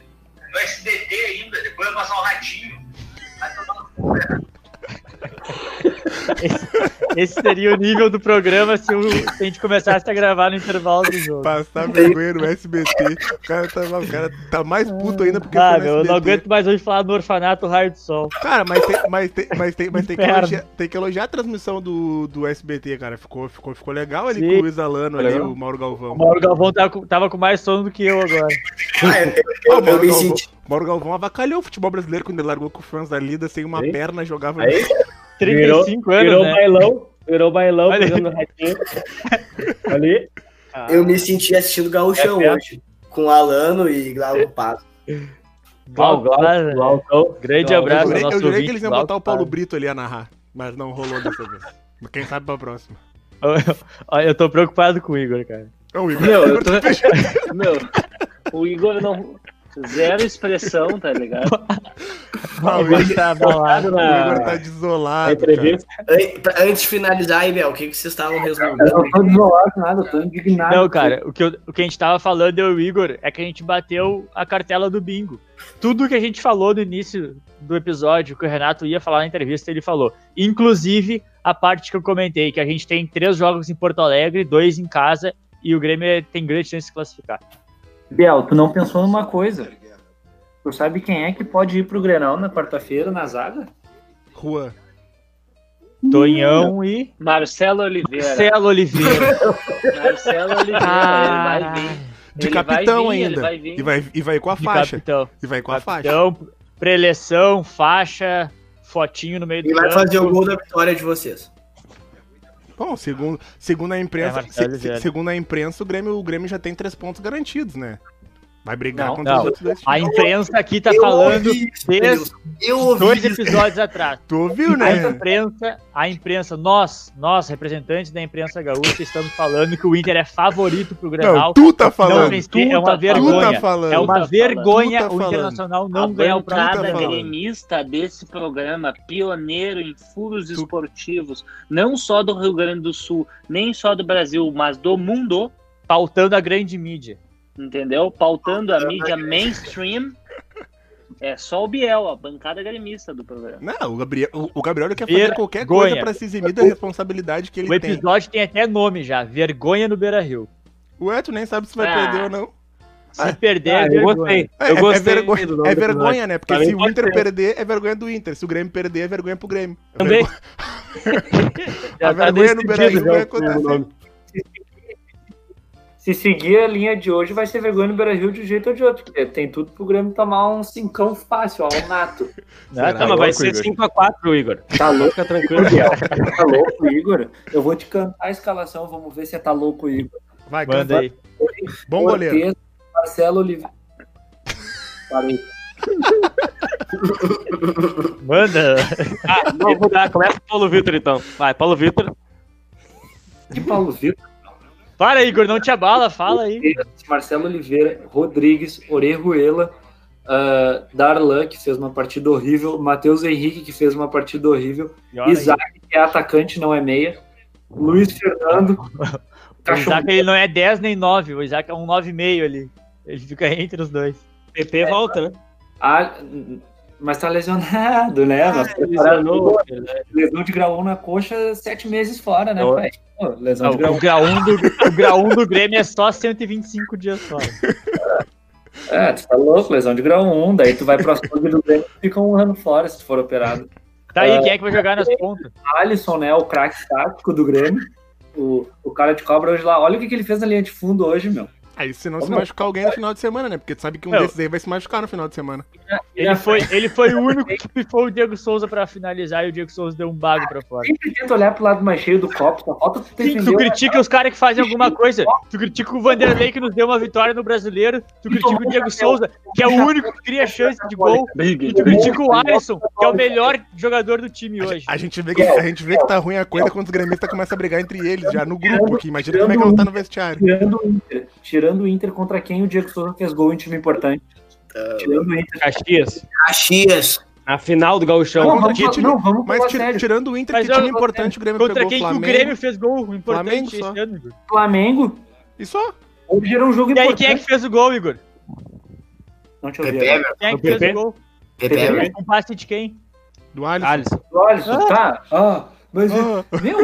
L: no SBT ainda, depois eu passar um ratinho. Vai tomar no cu, velho.
B: Esse seria o nível do programa se, o- se a gente começasse a gravar no intervalo do jogo.
G: Passar vergonha no SBT. O cara tá, o cara tá mais puto ainda porque
B: Ah,
G: foi no
B: meu, eu não
G: SBT.
B: aguento mais hoje falar do orfanato Raio do Sol.
G: Cara, mas tem, mas tem, mas tem, mas tem, que,
B: Inferno.
G: elogiar, tem que elogiar a transmissão do, do SBT, cara. Ficou, ficou, ficou legal ali
B: Sim.
G: com o Luiz Alano ali,
J: Legal.
G: o Mauro Galvão.
B: O Mauro Galvão tava com, tava com mais sono do que eu agora.
G: Ah,
D: eu
G: o Mauro,
D: me
G: Galvão,
D: senti.
G: Mauro Galvão avacalhou o futebol brasileiro quando ele largou com o fãs da Lida sem uma perna,
B: É
G: jogava.
K: Aí?
B: 35 anos,
K: virou
B: né?
K: bailão, virou bailão,
B: Olha aí.
K: pegando o ratinho. Ali.
B: Ah.
D: Eu me senti assistindo Gauchão
K: É, é.
D: hoje, com Alano e
B: É.
D: Glauco Pato.
K: Glau, glau,
B: Glauco,
K: Glaucão.
B: Grande
K: Glau-
G: Eu
B: abraço
G: jurei,
B: ao né, nosso
G: eu jurei que
B: ouvinte,
G: eles iam
B: Glauco
G: botar o Paulo
B: Paz.
G: Brito ali a narrar, mas não rolou dessa vez. Quem sabe pra próxima.
B: Olha, eu tô preocupado com o Igor, cara.
G: Não, o Igor,
A: Meu, eu
G: Igor tá fechado.
A: Meu, o Igor não. Zero expressão, tá ligado?
G: Ah, o Igor-
B: Ele tá abalado.
G: o Igor
K: Na
G: tá
K: na
G: desolado. Cara.
K: entrevista.
D: An- pra- Antes de finalizar aí, Bel, o que, que vocês estavam
E: Eu
D: resolvendo?
E: não tô desolado nada, eu tô indignado.
B: Não, cara, o que, eu- o que a gente tava falando, eu e o Igor, é que a gente bateu a cartela do bingo. Tudo que a gente falou no início do episódio, que o Renato ia falar na entrevista, ele falou. Inclusive, a parte que eu comentei, que a gente tem três jogos em Porto Alegre, dois em casa, e o Grêmio é, tem grande chance de se classificar.
E: Biel, tu não pensou numa coisa. Tu sabe quem é que pode ir pro Grenal na quarta-feira, na zaga?
G: Juan.
B: Tonhão e
A: Marcelo Oliveira.
B: Marcelo Oliveira.
A: Marcelo Oliveira, ele vai vir.
G: De
A: Ele
G: capitão
A: vai vir,
G: ainda.
A: Ele vai vir.
G: E vai, e vai com a
B: de
G: faixa.
B: capitão.
G: E vai com a faixa.
B: Capitão, preleção, faixa, fotinho no meio do
D: Quem vai
B: campo.
D: fazer o gol da vitória de vocês?
G: Bom, segundo, segundo a imprensa,
B: É, Marcelo
G: se- se-
B: Oliveira.
G: segundo a imprensa, o Grêmio, o Grêmio já tem três pontos garantidos, né? Vai brigar
E: Não,
G: contra
B: não.
G: os outros dois
B: A
G: times.
B: imprensa aqui tá
D: eu
B: falando
D: ouvi isso,
B: desde
D: Eu ouvi
B: dois
D: isso.
B: episódios atrás.
G: Tu ouviu,
B: A
G: né?
B: imprensa, a imprensa, nós, nós, representantes da imprensa gaúcha, estamos falando que o Inter é favorito pro
G: Não,
B: Grenal.
G: tu tá falando.
B: vencer
G: tu
B: é uma
G: tá
B: vergonha.
G: falando.
B: É uma
A: Tu tá
B: vergonha
G: falando.
B: o Internacional
A: A
B: não ganhar o tá né? próximo.
A: bancada
G: tá falando.
A: gremista desse programa, pioneiro em furos esportivos, não só do Rio Grande do Sul, nem só do Brasil, mas do mundo,
B: Faltando a grande mídia.
A: entendeu? Pautando a mídia mainstream. É só o Biel, a bancada gremista do programa.
G: Não, o Gabriel, o o Gabriel ele quer fazer qualquer
B: Vergonha.
G: coisa pra se eximir da responsabilidade que
B: O
G: ele tem.
B: episódio tem até nome já, Vergonha no Beira-Rio.
G: Ué, tu nem sabe se vai
A: Ah.
G: perder ou não.
B: Se perder,
J: Ah,
B: é
J: eu
B: vergonha.
J: gostei. Eu gostei.
G: é vergonha,
J: do nome
G: é
J: do episódio.
G: vergonha né? Porque
J: Pra mim
G: se o
J: pode
G: Inter
J: ser.
G: perder, é vergonha do Inter. Se o Grêmio perder, é vergonha pro Grêmio. É
B: Também. tá
G: vergonha- A vergonha no Beira-Rio
B: né,
G: vai acontecer.
E: Se seguir a linha de hoje, vai ser vergonha no Beira Rio de um jeito ou de outro. porque tem tudo pro Grêmio tomar um cincão fácil, ó, um nato.
J: Ah, tá,
G: Será?
J: mas vai
G: Louco,
J: ser
G: Igor.
J: 5x4, Igor.
E: Tá louco,
J: Fica tranquilo.
E: tá louco, Igor? Eu vou te cantar a escalação, vamos ver se tá louco, Igor.
G: Vai,
B: Manda
G: canta.
B: aí.
G: Bom goleiro.
E: Cortez, Marcelo Oliveira. Parei.
B: Manda.
J: Ah, não, vou dar. Começa com o Paulo Vitor, então. Vai, Paulo Vitor.
E: De Paulo Vitor, é
B: Para, Igor, não te abala, fala aí.
E: Marcelo Oliveira, Rodrigues, Orejuela, ah, Darlan, que fez uma partida horrível, Matheus Henrique, que fez uma partida horrível,
B: E olha aí,
E: Isaac, que é atacante, não é meia, Luiz Fernando, tá
B: O Isaac ele não é 10 nem 9, o Isaac é um 9,5 ali. Ele fica entre os dois.
J: PP volta, né?
E: Ah, mas tá lesionado, né? Mas
J: Ah, lesionou,
E: Pô, lesão de grau 1 na coxa, sete meses fora, né,
J: Não.
E: pai? Pô, lesão
B: Não,
E: de grau 1.
B: o, grau 1 do, o grau 1 do Grêmio é só 125 dias só.
E: É, tu tá louco, lesão de grau 1. Daí tu vai pro açougue do Grêmio e fica um ano fora se tu for operado.
B: Tá aí, quem é que vai jogar nas pontas?
E: Alisson, né? O craque tático do Grêmio. O, o cara de cobra hoje lá. Olha o que, que ele fez na linha de fundo hoje, meu.
G: Aí se não se
E: Vamos.
G: machucar alguém no final de semana, né? Porque tu sabe que um
B: Não.
G: desses aí vai se machucar no final de semana.
B: Ele foi, ele foi o único que pifou o Diego Souza pra finalizar e o Diego Souza deu um bago pra fora.
E: Sempre tenta olhar pro lado mais cheio do copo, só falta tu
B: Sim, tu
E: defender. o-
B: critica os caras que fazem alguma coisa. Tu critica o Vanderlei que nos deu uma vitória no brasileiro. Tu critica o Diego Souza, que é o único que cria chance de gol. E tu critica o Alisson, que é o melhor jogador do time hoje.
G: A gente vê que, a gente vê que tá ruim a coisa quando os gremistas começam a brigar entre eles, já no grupo aqui. Imagina como é que não tá no vestiário.
E: Tirando o Inter. Tirando o Inter contra quem o Diego Souza fez gol em time importante. Tirando o Inter.
J: Caxias.
D: Caxias.
J: Na final do
B: então,
J: Gauchão.
E: Não,
G: contra
E: vamos,
G: que
E: falar-
G: time-
E: não, vamos
G: Mas
E: falar
G: tira-
E: sério.
G: tirando o Inter,
B: Mas
G: que time
B: eu-
G: importante o Grêmio
B: Contra
G: pegou
B: quem
G: o
B: que o
G: Flamengo.
B: Grêmio fez gol
G: Flamengo
B: importante
G: só.
B: esse ano, Igor.
E: Flamengo,
G: E só?
E: hoje era um jogo
B: E aí, quem
E: importante.
B: é que fez o gol, Igor?
E: Não te ouvi.
D: Pepe,
E: agora.
D: meu.
B: Quem é
J: O
B: que fez
J: PP?
B: o gol?
D: Pepe,
E: Pepe.
D: meu.
B: Um passe de quem?
G: Do Alisson.
J: Alisson.
E: Olha, isso tá. Ah, mas,
G: Ah,
E: meu,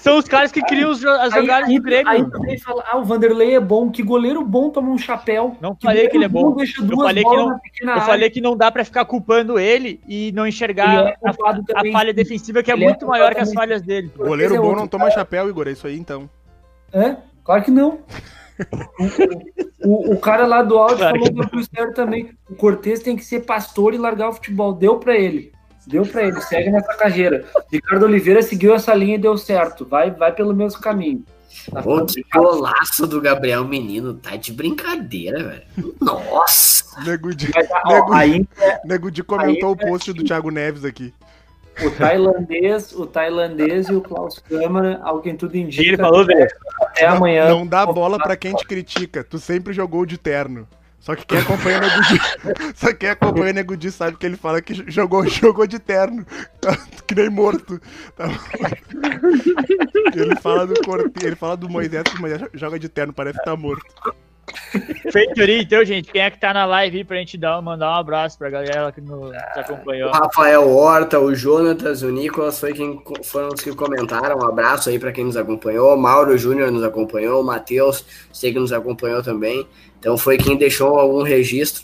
B: São os caras que criam os jo- as
E: aí,
B: jogadas
E: aí,
B: do É Grêmio.
E: aí tu vem falar, ah, o Vanderlei é bom, que goleiro bom toma um chapéu.
B: Não falei que ele é
E: goleiro
B: bom.
E: Deixa
B: Eu
E: duas
B: falei que
E: bolas
B: não-
E: na pequena
B: Eu
E: área.
B: falei que não dá pra ficar culpando ele e não
E: Ele
B: enxergar
E: é culpado
B: a, a
E: também.
B: falha defensiva que é
E: Ele é
B: muito maior que as falhas
E: completamente-
B: dele.
G: goleiro
E: Esse é
G: bom
E: outro.
G: não toma chapéu, Igor. É isso aí então.
E: Hã? Claro que não. O, o- o cara lá do áudio
B: Claro
E: falou do Cristiano também. O Cortez tem que ser pastor e largar o futebol. Deu pra ele. Deu pra ele. Segue nessa carreira. Ricardo Oliveira seguiu essa linha e deu certo. Vai, vai pelo mesmo caminho. Tá
D: Pô,
E: ficando
D: que
E: complicado.
D: golaço do Gabriel Menino. Tá de brincadeira, velho. Nossa.
G: Nego de,
E: Mas, ó, aí
G: Nego de comentou o post do Thiago Neves aqui.
E: o tailandês, o tailandês e o Klaus Câmara, ao que tudo indica,
J: Ele falou, velho.
E: até
G: Não-
E: amanhã.
G: Não dá bola pra quem te critica. Tu sempre jogou de terno. Só que quem acompanha o Nego Di, só quem acompanha o Nego Di sabe que ele fala que jogou, jogou de terno. Tá, que nem morto. Tá bom? ele fala do Corte, ele fala do Moisés, que o Moisés joga de terno, parece que tá morto.
B: Feitoria, então, gente, quem é que tá na live aí pra gente dar, mandar um abraço pra galera que nos acompanhou.
D: O Rafael Horta, o Jonatas, o Nicolas foi quem co- foram os que comentaram. Um abraço aí pra quem nos acompanhou. O Mauro Júnior nos acompanhou, o Matheus, sei que nos acompanhou também. Então foi quem deixou algum registro.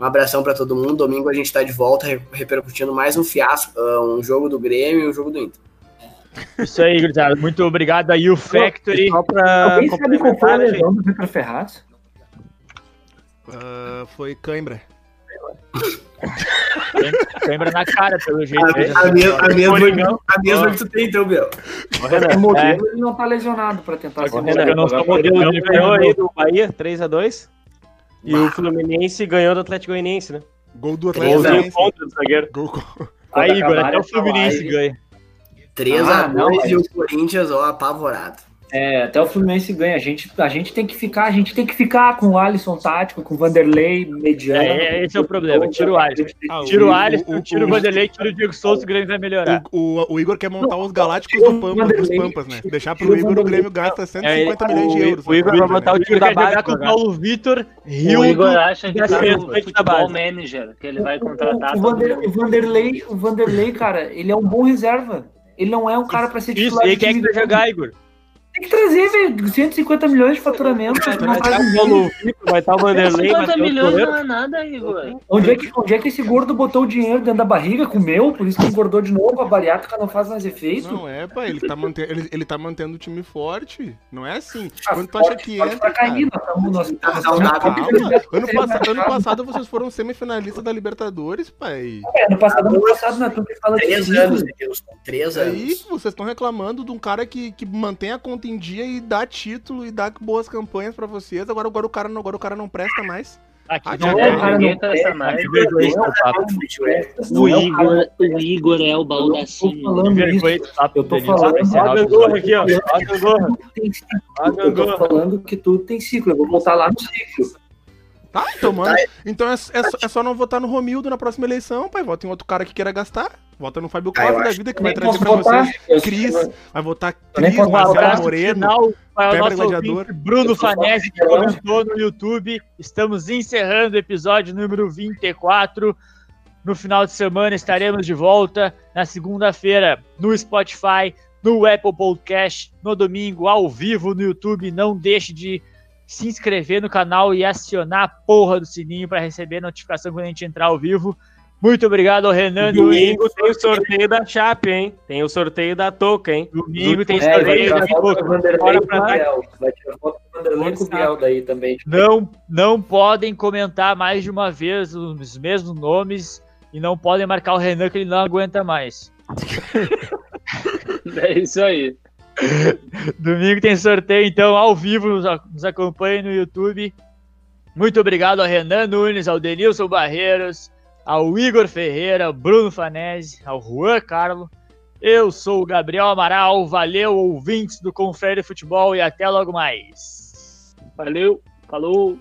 D: Um abração pra todo mundo. Domingo a gente tá de volta re- repercutindo mais um fiasco, ah, um jogo do Grêmio e um jogo do Inter.
B: Isso aí, gurizada. Muito obrigado aí, o Factory.
J: Só pra
E: Alguém sabe qual foi a
J: complementar, né, gente?
E: lesão do Vitor Ferraz?
G: Ah, foi cãibra.
B: Lembra na cara, pelo jeito. né?
J: Coringão.
D: mesma que tu tem, então, Biel.
E: É
J: É.
E: modelo, ele não tá lesionado pra tentar ser
J: Renan,
E: modelo.
B: eu não sou modelo.
J: Ele
B: Ele
J: ganhou
B: ganhou
J: aí do Bahia, 3x2. E o Fluminense ganhou do Atlético Goianiense, né?
G: Gol do
D: Três a
G: Atlético.
J: contra do zagueiro.
G: Gol, gol.
B: Aí, Igor,
E: Acabaram
B: até o
E: essa
B: Fluminense
E: live.
B: ganha.
D: 3
E: Ah,
D: a
E: não,
D: 2 e
E: mas-
D: o Corinthians, ó, apavorado.
E: É, até o Fluminense ganha. A gente, a gente tem que ficar, a gente tem que ficar com o Alisson tático, com o Vanderlei mediano.
B: É, é, esse é o problema, tira o Alisson.
G: Ah,
B: Tira o
G: o-
B: Alisson,
G: o-
B: tira o Vanderlei, tira o Diego Souza, o Grêmio vai
J: É.
B: melhorar.
G: O, o- o Igor quer montar os Galácticos
E: tirou
G: do
E: o
G: Pampas, dos
E: Vanderlei,
G: Pampas, né? Deixar pro
E: tirou o
G: Igor o
E: Vanderlei.
G: Grêmio gasta 150
J: É,
G: milhões de
J: o-
G: euros.
J: o Igor
G: né?
J: vai botar o
B: O
J: time
B: Igor
J: da
B: quer
J: base.
B: jogar
J: pra
B: com o
J: jogar.
B: Paulo Vitor,
A: O
B: Rio
A: Igor acha que
J: Dá
A: tá
J: certo,
A: com
J: vai te dar
A: futebol
J: base.
A: manager, que ele vai
E: O- o-
A: contratar
E: o,
A: todo
E: Vander- o
A: mundo.
E: Vanderlei, o Vanderlei, cara, ele é um bom reserva. Ele não é um cara pra ser
B: Isso,
E: titular.
B: e
E: de
B: quem é que
E: time
B: vai
E: grande.
B: jogar, Igor?
E: Tem que trazer, velho. 150 milhões de faturamento. não
J: Vai estar
E: faz
J: o
E: um
J: Paulo Vitor, vai estar o Vanderlei,
A: 50
J: vai ter o
A: tá milhões
J: Toledo.
A: não é nada, Igor.
E: Onde é, que, onde é que esse gordo botou o dinheiro dentro da barriga, comeu, por isso que engordou de novo, a bariátrica não faz mais efeito?
G: Não é, pai, ele tá, mante... ele, ele tá mantendo o time forte. Não é assim.
E: Ah,
G: Quando tu acha
E: forte,
G: que
E: forte
G: entra.
E: pra cair,
G: cara.
E: nós estamos- nós-
D: Tá
E: nós-
D: saudável.
E: nós-
G: Calma. Ano, passa- ano passado vocês foram semifinalistas da Libertadores, pai.
E: É, Ano passado, ano passado, na que fala de né?
D: Três
E: risco.
D: anos, Edilson. Três
G: Aí
D: anos.
G: vocês estão reclamando de um cara que, que mantém a conta em dia e dá título e dá boas campanhas pra vocês. Agora, agora, o, cara não, agora o cara não presta mais.
B: Aqui,
G: Ah,
B: não
G: Thiago,
B: é,
E: cara,
A: Ninguém
E: não
A: presta mais.
B: O é,
E: Não é o cara-
A: Igor- O Igor é o
E: Eu tô
A: baldacinho.
E: falando isso.
B: vergonha de papo
E: Eu tô
B: dele,
E: falando-
B: vai
K: Ó
B: encerrar
K: a
B: o
K: gangorra
B: episódio.
K: aqui, ó. Ó a gangorra.
E: Tem ciclo. Ah,
K: Ó a
E: Eu tô
K: gangorra.
E: falando que tudo tem ciclo. Eu vou voltar lá no ciclo.
G: Tá, então, mano. Então é, é só- é só não votar no Romildo na próxima eleição, pai. Vota em outro cara que queira gastar. Vota no Fábio
D: Ah, eu
G: Costa da
D: acho
G: vida que
E: Tá, Eu
G: vai
E: nem
G: trazer
E: posso É,
G: pra vocês.
E: votar. Eu-
G: Cris, vai votar
E: Eu nem
G: Cris,
E: posso
B: Um
G: Marcelo
B: abraço
G: é Moreno.
B: final para o
G: Pedra
B: nosso
G: Gladiador.
B: ouvinte, Bruno Fanese, que comentou no YouTube. Estamos encerrando o episódio número 24. No final de semana estaremos de volta na segunda-feira no Spotify, no Apple Podcast, no domingo ao vivo no YouTube. Não deixe de se inscrever no canal e acionar a porra do sininho para receber notificação quando a gente entrar ao vivo. Muito obrigado ao Renan Nunes.
J: Domingo tem o sorteio da Chape, hein? Tem o sorteio da Toca, hein?
B: Domingo tem
E: É, vai
B: sorteio
E: tirar
B: da
E: foto
B: Pipoca.
E: do Vanderlei
B: Bora
E: com o
B: pra lá.
E: Biel. Vai tirar foto do Vanderlei com o Biel daí também.
B: Não, não podem comentar mais de uma vez os mesmos nomes e não podem marcar o Renan que ele não aguenta mais.
A: É isso aí.
B: Domingo tem sorteio, então, ao vivo, nos, ac- nos acompanhe no YouTube. Muito obrigado ao Renan Nunes, ao Denilson Barreiros, ao Igor Ferreira, ao Bruno Fanese, ao Juan Carlo. Eu sou o Gabriel Amaral, valeu, ouvintes do Confere Futebol e até logo mais.
A: Valeu, falou.